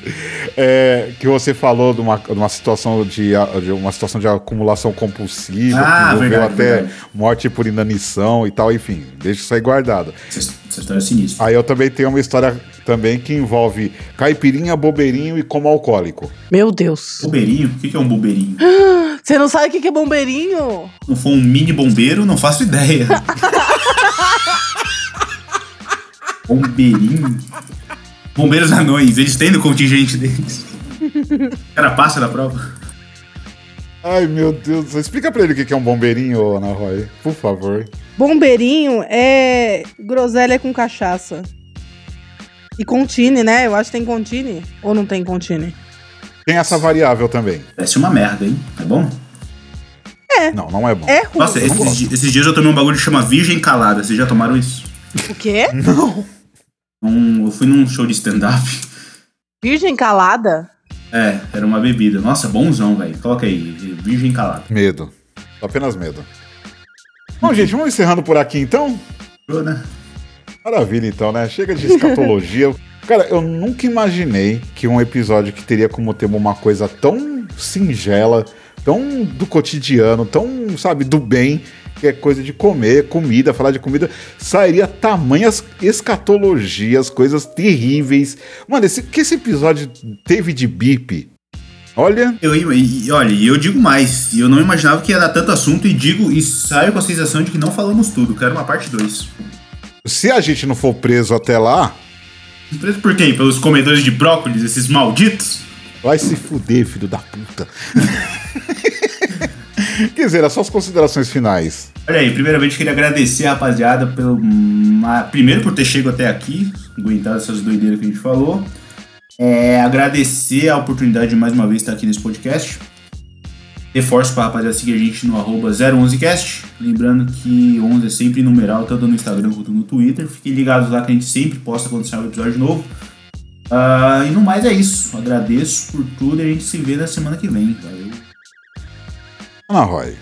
É, que você falou de uma, de uma situação de, a- de uma situação de acumulação compulsiva,
Ah,
que envolveu
verdade,
até
verdade.
morte por inanição e tal, enfim, deixa isso aí guardado.
Essa, essa história é sinistra.
Aí eu também tenho uma história também que envolve caipirinha, bobeirinho e como alcoólico.
Meu Deus.
Bobeirinho? O que que é um bobeirinho?
Você não sabe o que que é bombeirinho?
Não for um mini bombeiro, não faço ideia. Bombeirinho? Bombeiros anões, eles têm no contingente deles. O cara passa na prova.
Ai, meu Deus do céu. Explica pra ele o que que é um bombeirinho, Ana Roy, por favor.
Bombeirinho é groselha com cachaça. E contine, né? Eu acho que tem contine. Ou não tem contine?
Tem essa variável também.
Parece uma merda, hein? Tá bom?
Não, não é bom.
É ruim.
Nossa,
eu não
esses,
gosto.
di- esses dias eu tomei um bagulho que chama Virgem Calada. Vocês já tomaram isso?
O quê?
Um- eu fui num show de stand-up.
Virgem calada?
É, era uma bebida. Nossa, bonzão, velho. Coloca aí, Virgem Calada.
Medo. Apenas medo. Bom, gente, vamos encerrando por aqui então?
Show, né?
Maravilha, então, né? Chega de escatologia. Cara, eu nunca imaginei que um episódio que teria como tema uma coisa tão singela, tão do cotidiano, tão, sabe, do bem, que é coisa de comer, comida, falar de comida, sairia tamanhas escatologias, coisas terríveis. Mano, esse, que esse episódio teve de bip? Olha,
Eu, e, e- olha, e eu digo mais. Eu não imaginava que ia dar tanto assunto e digo e saio com a sensação de que não falamos tudo. Quero uma parte 2.
se a gente não for preso até lá,
Surpreso por quem? Pelos comedores de brócolis, esses malditos?
Vai se fuder, filho da puta. Quer dizer, é as suas considerações finais.
Olha aí, primeiramente queria agradecer a rapaziada pelo. hum, a- Primeiro por ter chegado até aqui, aguentado essas doideiras que a gente falou. É, agradecer a oportunidade de mais uma vez estar aqui nesse podcast. Reforço para a rapaziada seguir a gente no arroba 011cast. Lembrando que 11 é sempre numeral, tanto no Instagram quanto no Twitter. Fiquem ligados lá que a gente sempre posta quando sair um episódio novo. Ah, e no mais é isso. Agradeço por tudo e a gente se vê na semana que vem. Valeu.
Ana Roy.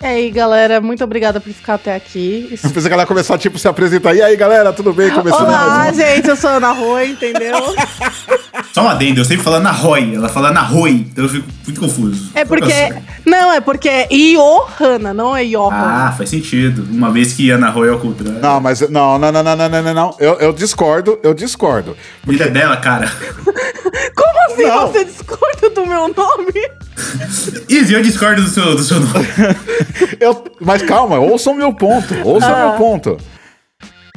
E É aí, galera, muito obrigada por ficar até aqui.
Eu pensei que ela ia começar, tipo, se apresentar. E aí, galera, tudo bem? Começando
Olá,
mais um.
gente, eu sou a Ana Rui, entendeu?
Só um adendo, eu sempre falo na Roy, ela fala na Roy, então eu fico muito confuso.
É porque. Não, é porque é Iohanna, não é Iohanna.
Ah, faz sentido. Uma vez que Ana Roy é o contrário.
Não, mas não, não, não, não, não, não, não, não. Eu, eu discordo, eu discordo.
Vida é dela, cara.
Como assim
Ah. Não.
você discorda do meu nome?
Izzy, eu discordo do seu, do seu nome.
Eu- mas calma, ouça o meu ponto. Ouça o
Ah.
meu ponto.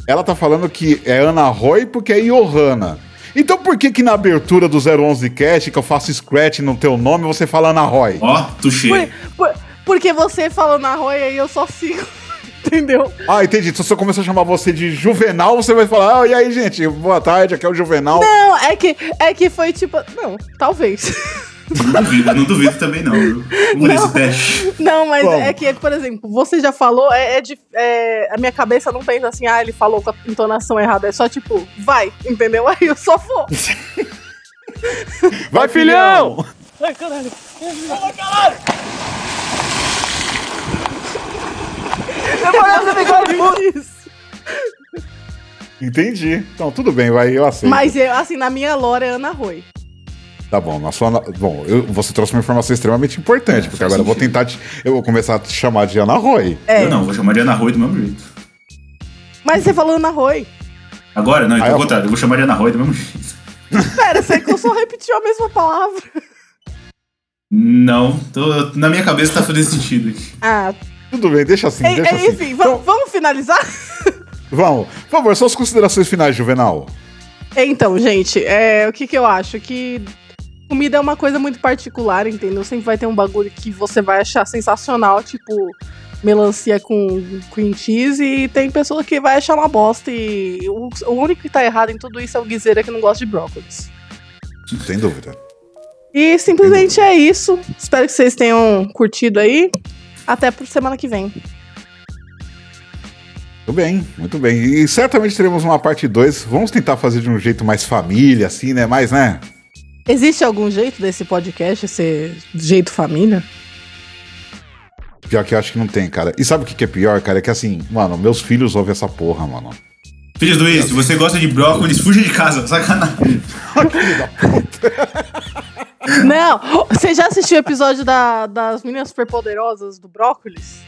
Ela tá falando que é Ana Roy porque é Johanna. Então por que que na abertura do 011 Cast, que eu faço scratch no teu nome, você fala Ana Roy?
Ó, tuxê.
Por- por- Porque você falou na roia e eu só sigo. Entendeu?
Ah, entendi. Se eu começar a chamar você de Juvenal, você vai falar, ah, e aí, gente, boa tarde, aqui é o Juvenal.
Não, é que, é que foi tipo. Não, talvez.
Não duvido, não duvido também não. viu? Um Vamos fazer esse teste.
Não, mas
Como?
é que, por exemplo, você já falou, é, é de- é, a minha cabeça não pensa assim, ah, ele falou com a entonação errada, é só tipo, vai, entendeu? Aí eu só vou.
Vai, filhão!
Ai, caralho. Isso.
Entendi. Então, tudo bem, vai, eu aceito.
Mas eu, assim, na minha lore é Ana Rui.
Tá bom, na sua. Bom, eu- você trouxe uma informação extremamente importante,
É,
porque
faz
agora eu vou
sentido.
tentar te. Eu vou começar a te chamar de Ana Roy.
É.
Eu não, vou chamar de Ana Rui do mesmo jeito.
Mas você falou Ana Rui.
Agora? Não, então
Aí
é
eu-
o contrário, eu vou chamar de Ana Rui do mesmo jeito.
Pera, você que eu só repetiu a mesma palavra.
Não, tô- na minha cabeça tá fazendo sentido aqui.
Ah,
Tudo bem, deixa assim,
é,
deixa
é,
assim. Então,
enfim, va- vamos finalizar?
Vamos, por favor, suas considerações finais, Juvenal.
Então, gente, é, o que, que eu acho? Que comida é uma coisa muito particular, entendeu? Sempre vai ter um bagulho que você vai achar sensacional, tipo melancia com cream cheese, e tem pessoa que vai achar uma bosta. E o, o único que tá errado em tudo isso é o guiseira que não gosta de brócolis.
Sem dúvida.
E simplesmente é isso. Espero que vocês tenham curtido aí. Até por semana que vem.
Muito bem, muito bem. E certamente teremos uma parte 2. Vamos tentar fazer de um jeito mais família, assim, né? Mais, né?
Existe algum jeito desse podcast ser jeito família?
Pior que eu acho que não tem, cara. E sabe o que que é pior, cara? É que assim, mano, meus filhos ouvem essa porra, mano.
Filhos do
Tá.
Luiz, se você gosta de brócolis, fuja de casa, sacanagem.
Não, você já assistiu o episódio da- das meninas superpoderosas do brócolis?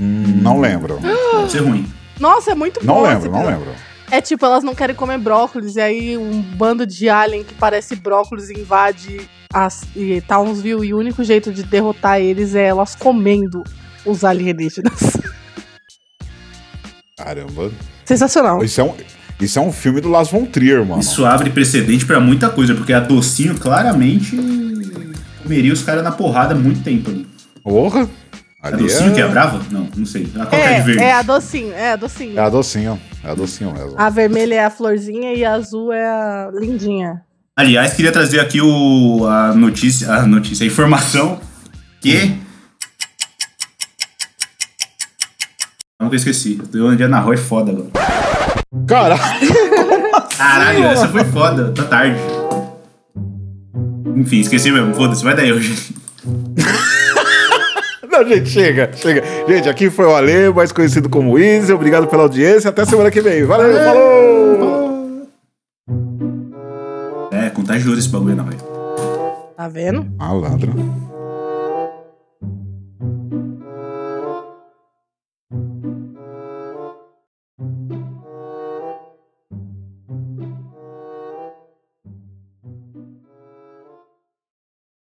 Hum, Não lembro.
Pode ser ruim.
Nossa, é muito
Não
bom. esse
lembro, não
episódio.
lembro.
É tipo, elas não querem comer brócolis, e aí um bando de alien que parece brócolis invade as, e Townsville, e o único jeito de derrotar eles é elas comendo os alienígenas.
Caramba.
Sensacional.
Isso é um, isso é um filme do Las Von Trier, mano.
Isso abre precedente pra muita coisa, porque a Docinho claramente comeria os caras na porrada há muito tempo ali.
Porra.
A
Ali
Docinho que é
é...
brava? Não, não sei. Ah, A qualquer de verde.
É, é a docinho, é a docinho.
é a docinho. É a docinho mesmo.
A vermelha é a florzinha e a azul é a lindinha.
Aliás, queria trazer aqui o, a notícia, a notícia, a informação que. Não que eu esqueci. Eu tô de Ana Roy é foda agora.
Caralho.
Caralho, essa foi foda. Tá tarde. Enfim, esqueci mesmo. Foda-se, vai daí hoje.
Não, gente, chega, chega. Gente, aqui foi o Ale, mais conhecido como Izzy. Obrigado pela audiência. Até semana que vem. Valeu, falou!
É, contagioso esse bagulho, Ana Roy.
Tá vendo?
Malandro.